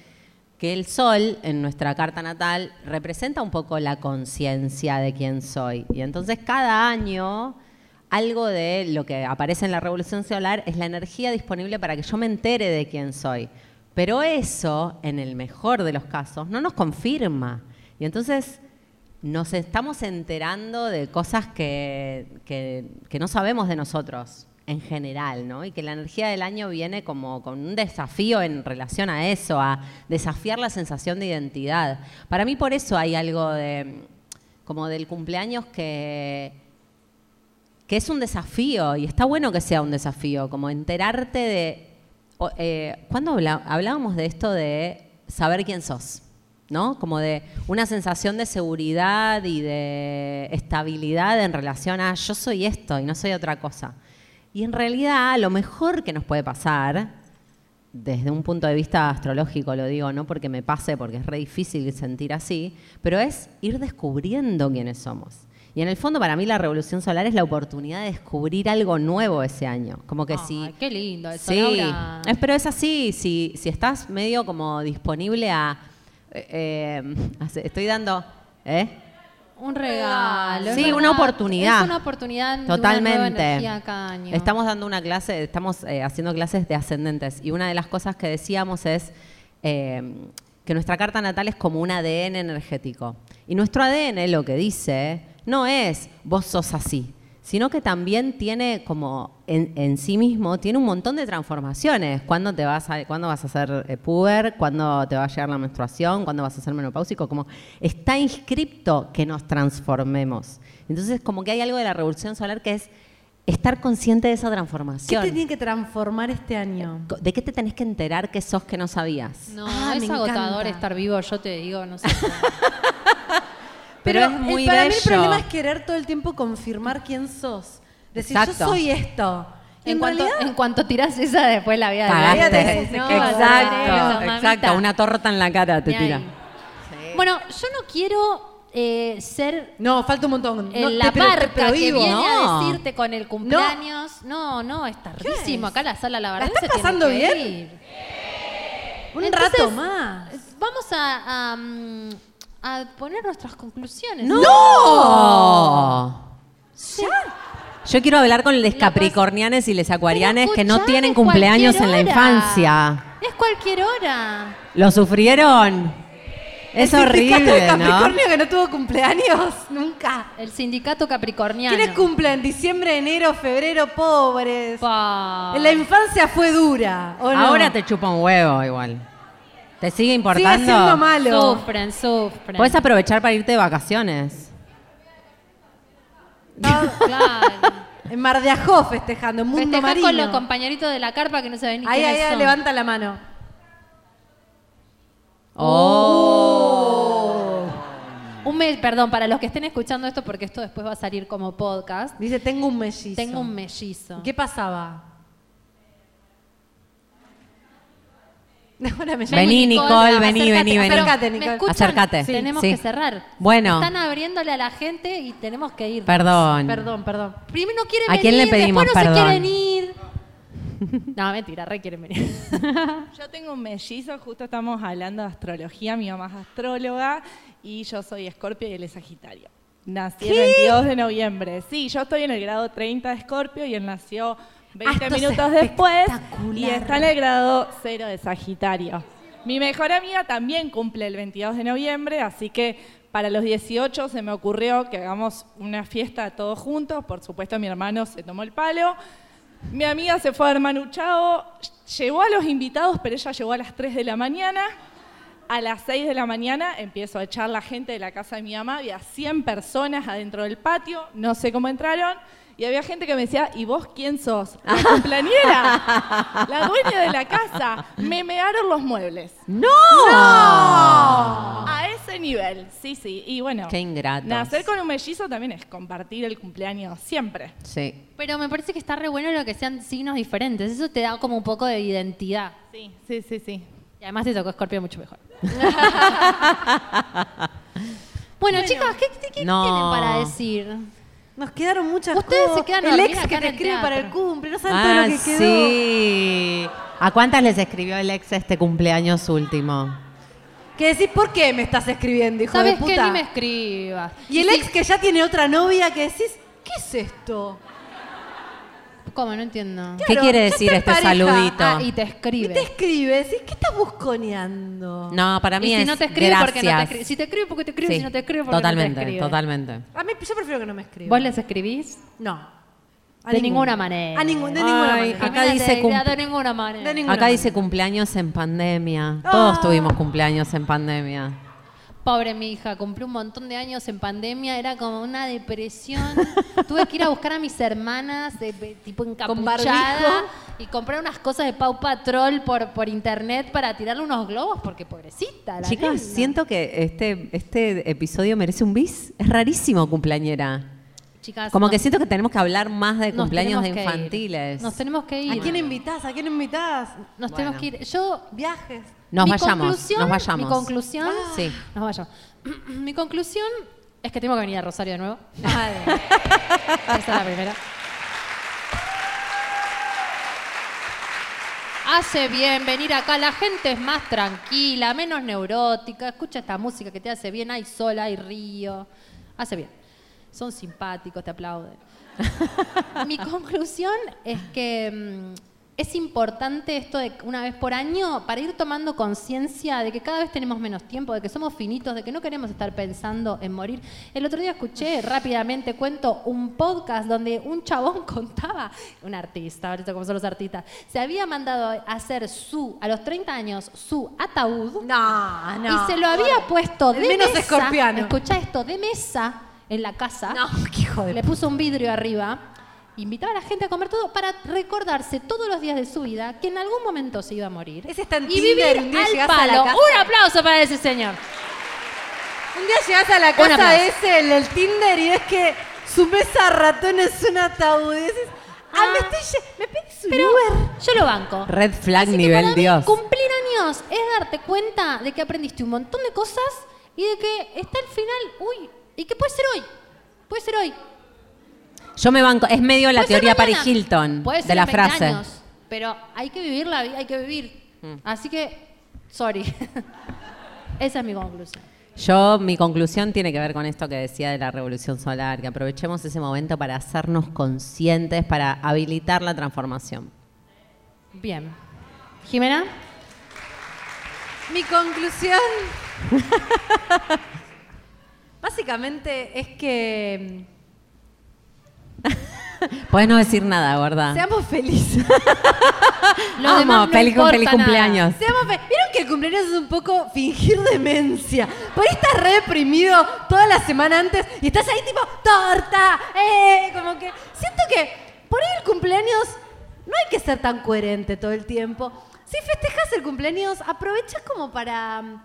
Speaker 7: que el sol en nuestra carta natal representa un poco la conciencia de quién soy. Y entonces cada año algo de lo que aparece en la revolución solar es la energía disponible para que yo me entere de quién soy. Pero eso, en el mejor de los casos, no nos confirma. Y entonces nos estamos enterando de cosas que, que- que no sabemos de nosotros en general, ¿no? Y que la energía del año viene como con un desafío en relación a eso, a desafiar la sensación de identidad. Para mí por eso hay algo de como del cumpleaños que que es un desafío y está bueno que sea un desafío, como enterarte de... o, eh, ¿Cuándo habla- hablábamos de esto de saber quién sos? ¿No? Como de una sensación de seguridad y de estabilidad en relación a yo soy esto y no soy otra cosa. Y en realidad lo mejor que nos puede pasar, desde un punto de vista astrológico lo digo, no porque me pase, porque es re difícil sentir así, pero es ir descubriendo quiénes somos. Y en el fondo para mí la revolución solar es la oportunidad de descubrir algo nuevo ese año. Como que si
Speaker 5: Ay, qué lindo eso,
Speaker 7: Sí,
Speaker 5: Laura.
Speaker 7: es- pero es así, si, si estás medio como disponible a... eh, eh, hace- estoy dando... ¿eh?
Speaker 5: Un regalo. es
Speaker 7: Sí,
Speaker 5: verdad.
Speaker 7: una oportunidad.
Speaker 5: Es una oportunidad. de Una nueva
Speaker 7: Totalmente.
Speaker 5: energía cada año.
Speaker 7: Estamos dando una clase, estamos eh, haciendo clases de ascendentes y una de las cosas que decíamos es eh, que nuestra carta natal es como un ADN energético. Y nuestro ADN lo que dice no es vos sos así, sino que también tiene como en, en sí mismo, tiene un montón de transformaciones. ¿Cuándo, te vas, a, cuándo vas a ser eh, puber? ¿Cuándo te va a llegar la menstruación? ¿Cuándo vas a ser menopáusico? Como está inscripto que nos transformemos. Entonces como que hay algo de la revolución solar que es estar consciente de esa
Speaker 6: ¿Qué
Speaker 7: transformación.
Speaker 6: te tiene que transformar este año?
Speaker 7: Co- ¿De qué te tenés que enterar que sos que no sabías?
Speaker 5: No,
Speaker 6: Ah,
Speaker 5: es
Speaker 6: me
Speaker 5: agotador
Speaker 6: encanta.
Speaker 5: estar vivo, yo te digo, no sé.
Speaker 7: Pero, es
Speaker 6: el-
Speaker 7: muy
Speaker 6: para mí
Speaker 7: bello.
Speaker 6: el problema es querer todo el tiempo confirmar quién sos. Decir, yo
Speaker 7: Exacto.
Speaker 6: soy esto. Y
Speaker 5: En
Speaker 6: en
Speaker 5: cuanto,
Speaker 6: realidad-
Speaker 5: en cuanto tirás esa, después la vida de
Speaker 7: Cagaste.
Speaker 5: No,
Speaker 7: exacto,
Speaker 5: mamita.
Speaker 7: exacto. Una torta en la cara te
Speaker 5: Ni
Speaker 7: tira.
Speaker 5: ahí. Bueno, yo no quiero eh, ser
Speaker 6: No, falta un montón.
Speaker 5: eh,
Speaker 6: No,
Speaker 5: la
Speaker 6: te- pero te
Speaker 5: barca que
Speaker 6: prohíbo.
Speaker 5: viene
Speaker 6: No.
Speaker 5: a decirte con el cumpleaños. No, no, es tardísimo. Acá la sala, la verdad,
Speaker 6: estás
Speaker 5: se tiene
Speaker 6: pasando
Speaker 5: que
Speaker 6: bien?
Speaker 5: ir.
Speaker 6: Un
Speaker 5: Entonces, eh,
Speaker 6: rato más.
Speaker 5: Vamos a, a, mm, a poner nuestras conclusiones.
Speaker 7: ¡No!
Speaker 5: Sí.
Speaker 7: Yo quiero hablar con los capricornianes y los acuarianes que no
Speaker 5: escuchá,
Speaker 7: tienen
Speaker 5: es
Speaker 7: cumpleaños en la
Speaker 5: cualquier hora.
Speaker 7: infancia.
Speaker 5: Es cualquier hora.
Speaker 7: ¿Lo sufrieron? Es
Speaker 6: El sindicato
Speaker 7: horrible,
Speaker 6: de
Speaker 7: ¿no?
Speaker 6: Capricornio que no tuvo cumpleaños nunca.
Speaker 5: El sindicato capricorniano.
Speaker 6: ¿Quiénes cumplen? Diciembre, enero, febrero, pobres. La infancia fue dura, ¿o no?
Speaker 7: Ahora te chupa un huevo igual. ¿Te sigue importando?
Speaker 6: Sigue siendo malo.
Speaker 5: Sufren, sufren.
Speaker 7: Puedes aprovechar para irte de vacaciones.
Speaker 6: En Mar de Ajó festejando, en Mundo
Speaker 5: Festejá
Speaker 6: Marino.
Speaker 5: con los compañeritos de la carpa que no saben ni
Speaker 6: Ahí,
Speaker 5: quiénes
Speaker 6: ahí, ahí,
Speaker 5: son.
Speaker 6: levanta la mano. Oh.
Speaker 5: ¡Oh! Un mes, perdón, para los que estén escuchando esto, porque esto después va a salir como podcast.
Speaker 6: Dice, tengo un mellizo.
Speaker 5: Tengo un mellizo.
Speaker 6: ¿Qué pasaba? Ahora me llama-
Speaker 7: Vení, Nicole, vení, vení, vení.
Speaker 5: Acércate, Nicole.
Speaker 7: Acércate. Sí,
Speaker 5: tenemos
Speaker 7: sí.
Speaker 5: que cerrar.
Speaker 7: Bueno.
Speaker 5: Están abriéndole a la gente y tenemos que ir.
Speaker 7: Perdón.
Speaker 5: Perdón, perdón. Primero no quieren
Speaker 7: ¿A
Speaker 5: venir,
Speaker 7: quién le pedimos
Speaker 5: después no
Speaker 7: perdón?
Speaker 5: se quieren ir. No, mentira, re quieren venir.
Speaker 14: Yo tengo un mellizo, justo estamos hablando de astrología, mi mamá es astróloga y yo soy escorpio y él es sagitario. Nací el
Speaker 18: ¿Qué?
Speaker 14: 22 de noviembre. Sí, yo estoy en el grado 30 de escorpio y él nació
Speaker 18: Ah,
Speaker 14: 20
Speaker 18: esto es
Speaker 14: minutos después y está en el grado 0 de sagitario. Mi mejor amiga también cumple el 22 de noviembre, así que para los 18 se me ocurrió que hagamos una fiesta todos juntos. Por supuesto, mi hermano se tomó el palo. Mi amiga se fue a Hermano Chao, llevó a los invitados, pero ella llegó a las 3 de la mañana. A las 6 de la mañana empiezo a echar la gente de la casa de mi mamá, había 100 personas adentro del patio, no sé cómo entraron, y había gente que me decía, ¿y vos quién sos? La cumpleañera, la dueña de la casa, me mearon los muebles.
Speaker 7: ¡No!
Speaker 14: A ese nivel, sí, sí, y bueno.
Speaker 7: Qué ingratos.
Speaker 14: Nacer con un mellizo también es compartir el cumpleaños siempre.
Speaker 7: Sí.
Speaker 5: Pero me parece que está re bueno lo que sean signos diferentes. Eso te da como un poco de identidad.
Speaker 14: Sí, sí, sí, sí.
Speaker 5: Y además te tocó Escorpio mucho mejor. bueno, chicas, ¿qué, qué- qué
Speaker 7: No.
Speaker 5: tienen para decir?
Speaker 6: Nos quedaron muchas
Speaker 5: Ustedes
Speaker 6: cosas.
Speaker 5: se quedan
Speaker 6: El
Speaker 5: a
Speaker 6: ex
Speaker 5: dormir acá
Speaker 6: que
Speaker 5: en
Speaker 6: te
Speaker 5: el
Speaker 6: escribe
Speaker 5: teatro.
Speaker 6: para el cumple, no saben todo
Speaker 7: Ah,
Speaker 6: lo que quedó.
Speaker 7: sí. ¿A cuántas les escribió el ex este cumpleaños último?
Speaker 6: Que decís, ¿por qué me estás escribiendo, hijo de
Speaker 5: ¿Sabes
Speaker 6: puta?
Speaker 5: qué? Ni me escribas.
Speaker 6: Y el ex que ya tiene otra novia que decís, ¿qué es esto?
Speaker 5: ¿Cómo? No entiendo.
Speaker 7: ¿Qué quiere decir este saludito?
Speaker 5: Ah, y te escribe.
Speaker 6: Y te escribe, decís, ¿qué estás busconeando?
Speaker 7: No, para mí
Speaker 5: Y si
Speaker 7: es
Speaker 5: no te escribe porque no te
Speaker 7: gracias.
Speaker 5: escribe. Si te escribe porque te escribe,
Speaker 7: Sí,
Speaker 5: si no te escribe porque
Speaker 7: totalmente,
Speaker 5: no te escribe.
Speaker 7: Totalmente,
Speaker 6: A mí yo prefiero que no me escriban.
Speaker 5: ¿Vos les escribís?
Speaker 6: No.
Speaker 5: de ninguna manera.
Speaker 6: A ningún- de ninguna
Speaker 7: Ay,
Speaker 6: manera.
Speaker 7: acá dice cum-
Speaker 5: De ninguna manera.
Speaker 6: De
Speaker 7: Acá dice cumpleaños en pandemia. Todos
Speaker 6: Ah.
Speaker 7: tuvimos cumpleaños en pandemia.
Speaker 5: Pobre mi hija, cumplí un montón de años en pandemia, era como una depresión. Tuve que ir a buscar a mis hermanas, de, de- tipo encapuchada,
Speaker 6: barbijo.
Speaker 5: y comprar unas cosas de Pau Patrol por, por internet para tirarle unos globos, porque pobrecita la
Speaker 7: Chicas,
Speaker 5: nena.
Speaker 7: siento que este, este episodio merece un bis. Es rarísimo, cumpleañera.
Speaker 5: Chicas,
Speaker 7: Como
Speaker 5: nos-
Speaker 7: que siento que tenemos que hablar más de
Speaker 5: nos
Speaker 7: cumpleaños de
Speaker 5: tenemos que ir.
Speaker 7: infantiles.
Speaker 5: Nos tenemos que ir.
Speaker 6: ¿A quién invitás? ¿A quién invitás?
Speaker 5: Nos tenemos que ir. Yo,
Speaker 6: viajes.
Speaker 7: Nos
Speaker 5: mi
Speaker 7: vayamos,
Speaker 5: conclusión-
Speaker 7: nos vayamos.
Speaker 5: Mi conclusión,
Speaker 7: Sí.
Speaker 5: nos vayamos. mi conclusión es que tengo que venir a Rosario de nuevo. Esa es la primera. Hace bien venir acá, la gente es más tranquila, menos neurótica, escucha esta música que te hace bien, hay sol, hay río, hace bien. Son simpáticos, te aplauden. Mi conclusión es que mm, es importante esto de una vez por año para ir tomando conciencia de que cada vez tenemos menos tiempo, de que somos finitos, de que no queremos estar pensando en morir. El otro día escuché rápidamente, cuento, un podcast donde un chabón contaba, un artista, ahorita como son los artistas, se había mandado a hacer su, a los 30 años, su ataúd.
Speaker 6: No, no.
Speaker 5: Y se lo había puesto de
Speaker 6: El menos
Speaker 5: mesa.
Speaker 6: escorpiano.
Speaker 5: Escuchá esto, de mesa en la casa.
Speaker 6: No, qué hijo de
Speaker 5: Le puso un vidrio arriba. Invitaba a la gente a comer todo para recordarse todos los días de su vida que en algún momento se iba a morir.
Speaker 6: Ese está en
Speaker 5: y
Speaker 6: Tinder,
Speaker 5: vivir
Speaker 6: un día
Speaker 5: al
Speaker 6: llegás a la
Speaker 5: palo.
Speaker 6: casa.
Speaker 5: Un aplauso para ese señor.
Speaker 6: Un día llegás a la
Speaker 5: Un aplauso.
Speaker 6: casa ese, el del Tinder, y ves que su mesa ratón es un ataúd. Y decís, ah, me, estoy lle- me pedís un
Speaker 5: Pero
Speaker 6: Uber.
Speaker 5: yo lo banco.
Speaker 7: Red flag
Speaker 5: Así que
Speaker 7: nivel
Speaker 5: para mí,
Speaker 7: Dios.
Speaker 5: Cumplir años es darte cuenta de que aprendiste un montón de cosas y de que está el final, uy, y que puede ser hoy. Puede ser hoy.
Speaker 7: Yo me banco. Es medio la
Speaker 5: Puede ser
Speaker 7: teoría Paris
Speaker 5: mañana.
Speaker 7: Hilton
Speaker 5: Puede
Speaker 7: de
Speaker 5: ser
Speaker 7: la
Speaker 5: en 20
Speaker 7: frase.
Speaker 5: años, pero hay que vivir la vida, hay que vivir.
Speaker 6: Mm.
Speaker 5: Así que, sorry. Esa es mi conclusión.
Speaker 7: Yo, mi conclusión tiene que ver con esto que decía de la revolución solar, que aprovechemos ese momento para hacernos conscientes, para habilitar la transformación.
Speaker 5: Bien. Jimena.
Speaker 6: Mi conclusión Básicamente es que
Speaker 7: Puedes no decir nada, gorda.
Speaker 6: seamos felices. Lo
Speaker 7: Amo,
Speaker 6: demás no
Speaker 7: feliz cum-
Speaker 6: importa
Speaker 7: feliz
Speaker 6: nada.
Speaker 7: cumpleaños.
Speaker 6: Seamos fe- Vieron que el cumpleaños es un poco fingir demencia. Por ahí estás re deprimido toda la semana antes y estás ahí tipo torta. Eh, como que siento que por ahí el cumpleaños no hay que ser tan coherente todo el tiempo. Si festejas el cumpleaños, aprovechas como para mm,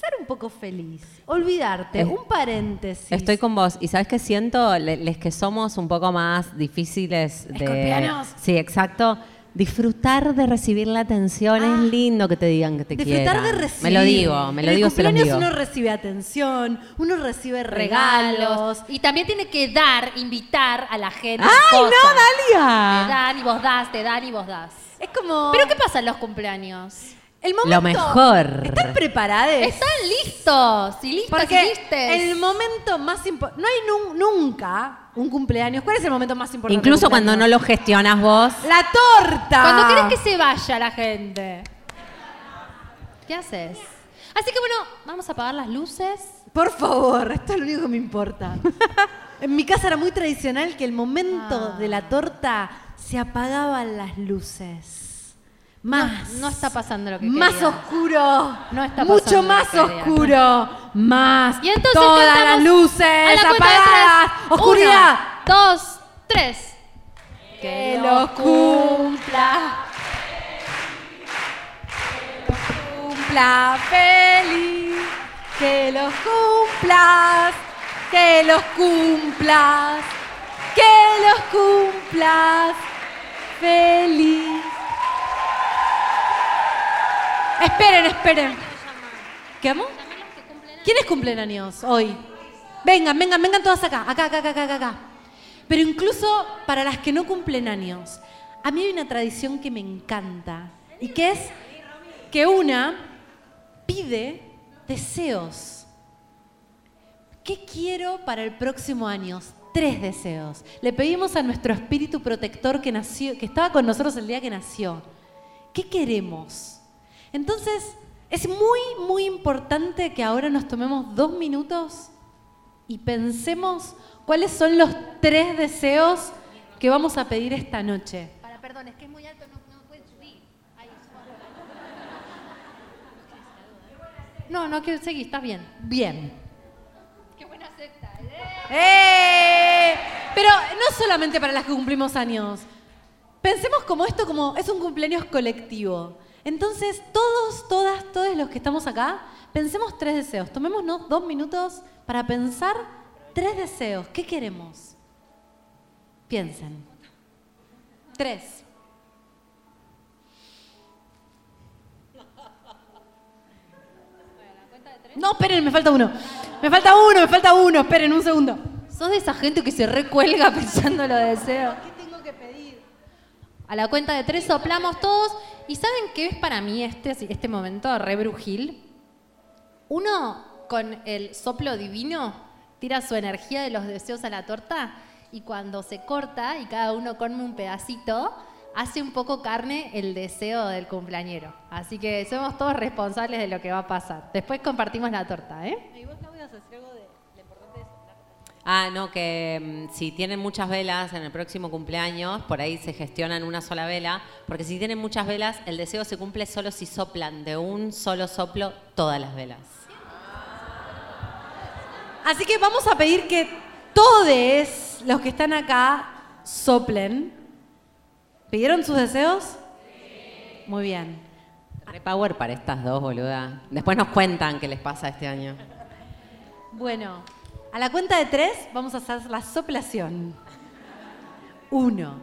Speaker 6: ser un poco feliz, olvidarte,
Speaker 7: Es-
Speaker 6: un paréntesis.
Speaker 7: Estoy con vos. ¿Y sabes qué siento? Le- les que somos un poco más difíciles de.
Speaker 6: Escorpianos.
Speaker 7: Sí, exacto. Disfrutar de recibir la atención es lindo que te digan que te
Speaker 6: Ah. Disfrutar
Speaker 7: quieran.
Speaker 6: de recibir.
Speaker 7: Me lo digo, me
Speaker 6: En
Speaker 7: lo
Speaker 6: el
Speaker 7: digo, se los
Speaker 6: cumpleaños
Speaker 7: digo.
Speaker 6: uno recibe atención, uno recibe regalos.
Speaker 5: regalos. Y también tiene que dar, invitar a la gente.
Speaker 6: ¡Ay,
Speaker 5: cosas.
Speaker 6: no, Dalia!
Speaker 5: Te dan y vos das, te dan y vos das.
Speaker 6: Es como.
Speaker 5: ¿Pero qué pasa en los cumpleaños?
Speaker 6: El
Speaker 7: Lo mejor.
Speaker 6: ¿Están preparados?
Speaker 5: Están listos y listas
Speaker 6: Porque
Speaker 5: y listes.
Speaker 6: el momento más importante. No hay nun- nunca un cumpleaños. ¿Cuál es el momento más importante?
Speaker 7: Incluso
Speaker 6: del
Speaker 7: cuando no
Speaker 6: cumpleaños?
Speaker 7: lo gestionas vos.
Speaker 6: ¡La torta!
Speaker 5: Cuando querés que se vaya la gente. ¿Qué haces? Así que bueno, vamos a apagar las luces.
Speaker 6: Por favor, esto es lo único que me importa. en mi casa era muy tradicional que el
Speaker 5: Ah.
Speaker 6: momento de la torta se apagaban las luces. Más.
Speaker 5: No, no está pasando lo que
Speaker 6: más
Speaker 5: quería.
Speaker 6: oscuro.
Speaker 5: No está
Speaker 6: Mucho
Speaker 5: pasando
Speaker 6: más
Speaker 5: lo que quería.
Speaker 6: oscuro. Más.
Speaker 5: Y entonces
Speaker 6: Todas
Speaker 5: cantamos
Speaker 6: las
Speaker 5: a
Speaker 6: luces
Speaker 5: la cuenta de
Speaker 6: apagadas.
Speaker 5: tres.
Speaker 6: Oscuridad.
Speaker 5: Uno, dos, tres.
Speaker 6: Que los cumpla. Cumpla feliz. Que los cumplas. Que los cumplas. Que los cumplas. Feliz. Esperen, esperen. ¿Qué amo? ¿Quiénes cumplen años hoy? Vengan, vengan, vengan todas acá, acá, acá, acá, acá, acá. Pero incluso para las que no cumplen años, a mí hay una tradición que me encanta y que es que una pide deseos. ¿Qué quiero para el próximo año? Tres deseos. Le pedimos a nuestro espíritu protector que nació, que estaba con nosotros el día que nació. ¿Qué queremos? Entonces, es muy, muy importante que ahora nos tomemos dos minutos y pensemos cuáles son los tres deseos que vamos a pedir esta noche.
Speaker 5: Para, perdón, es que es muy alto, no, no pueden subir. Ahí, suave. No, no quiero seguir, estás bien.
Speaker 6: Bien.
Speaker 5: Qué buena secta.
Speaker 6: ¡Eh! Pero no solamente para las que cumplimos años. Pensemos como esto como es un cumpleaños colectivo. Entonces, todos, todas, todos los que estamos acá, pensemos tres deseos. Tomémonos dos minutos para pensar tres deseos. ¿Qué queremos? Piensen. Tres. No, esperen, me falta uno. Me falta uno, me falta uno. Esperen un segundo.
Speaker 5: Sos de esa gente que se recuelga pensando los deseos. ¿Qué tengo que pedir? A la cuenta de tres soplamos todos. ¿Y saben qué es para mí este, este momento re brujil? Uno con el soplo divino tira su energía de los deseos a la torta y cuando se corta y cada uno come un pedacito, hace un poco carne el deseo del cumpleañero. Así que somos todos responsables de lo que va a pasar. Después compartimos la torta, ¿eh?
Speaker 1: Ah, no, que mm, si tienen muchas velas en el próximo cumpleaños, por ahí se gestionan una sola vela, porque si tienen muchas velas, el deseo se cumple solo si soplan de un solo soplo todas las velas.
Speaker 6: Así que vamos a pedir que todos los que están acá soplen. ¿Pidieron sus deseos? Muy bien.
Speaker 7: Repower para estas dos, boluda. Después nos cuentan qué les pasa este año.
Speaker 6: Bueno, a la cuenta de tres vamos a hacer la soplación. Uno,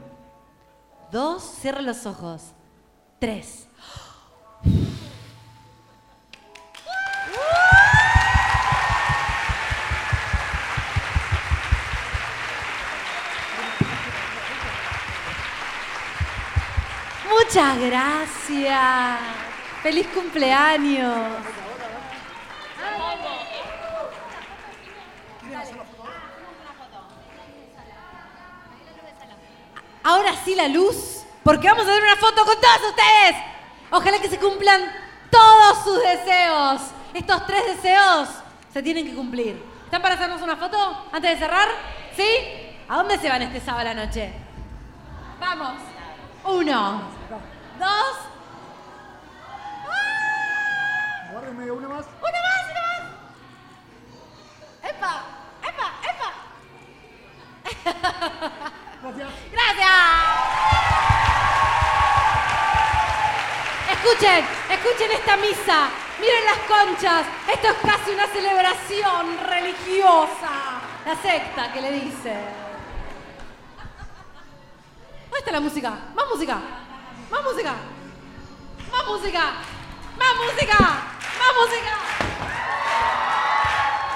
Speaker 6: dos, cierra los ojos. Tres. Muchas gracias. Feliz cumpleaños. Ahora sí la luz, porque vamos a hacer una foto con todos ustedes. Ojalá que se cumplan todos sus deseos. Estos tres deseos se tienen que cumplir. ¿Están para hacernos una foto antes de cerrar? ¿Sí? ¿A dónde se van este sábado a la noche? Vamos. Uno. Dos.
Speaker 19: Guárdenme una más.
Speaker 6: ¡Una más, una más! ¡Epa! ¡Epa! ¡Epa! Gracias. Escuchen, escuchen esta misa. Miren las conchas. Esto es casi una celebración religiosa. La secta que le dice. ¿Dónde está la música? Más música. Más música. Más música. Más música. Más música.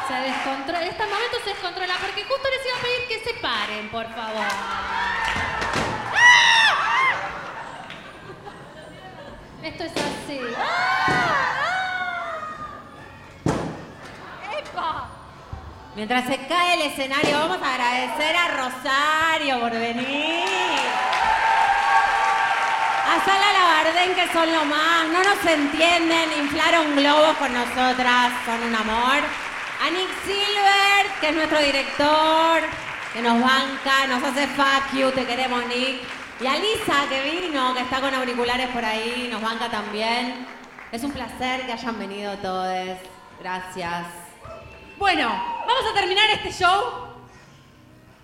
Speaker 5: Se descontrola, en este momento se descontrola porque justo les iba a pedir que se paren, por favor. Esto es así.
Speaker 7: Mientras se cae el escenario, vamos a agradecer a Rosario por venir. A Sala Labardén, que son lo más, no nos entienden, inflaron globos con nosotras, son un amor. A Nick Silver, que es nuestro director, que nos banca, nos hace fuck you, te queremos Nick. Y a Lisa, que vino, que está con auriculares por ahí, nos banca también. Es un placer que hayan venido todos. Gracias.
Speaker 6: Bueno, vamos a terminar este show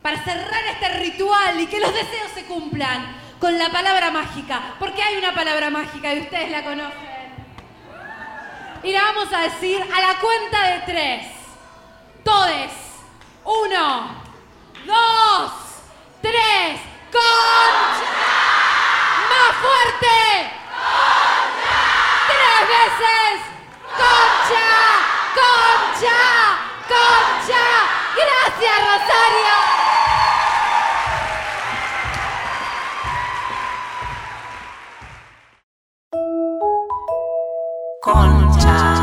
Speaker 6: para cerrar este ritual y que los deseos se cumplan con la palabra mágica, porque hay una palabra mágica y ustedes la conocen. Y la vamos a decir a la cuenta de tres. Todes. Uno, dos, tres. ¡Concha! ¡Más fuerte! ¡Tres veces! ¡Concha! ¡Concha! ¡Concha! ¡Gracias, Rosario!
Speaker 1: Concha.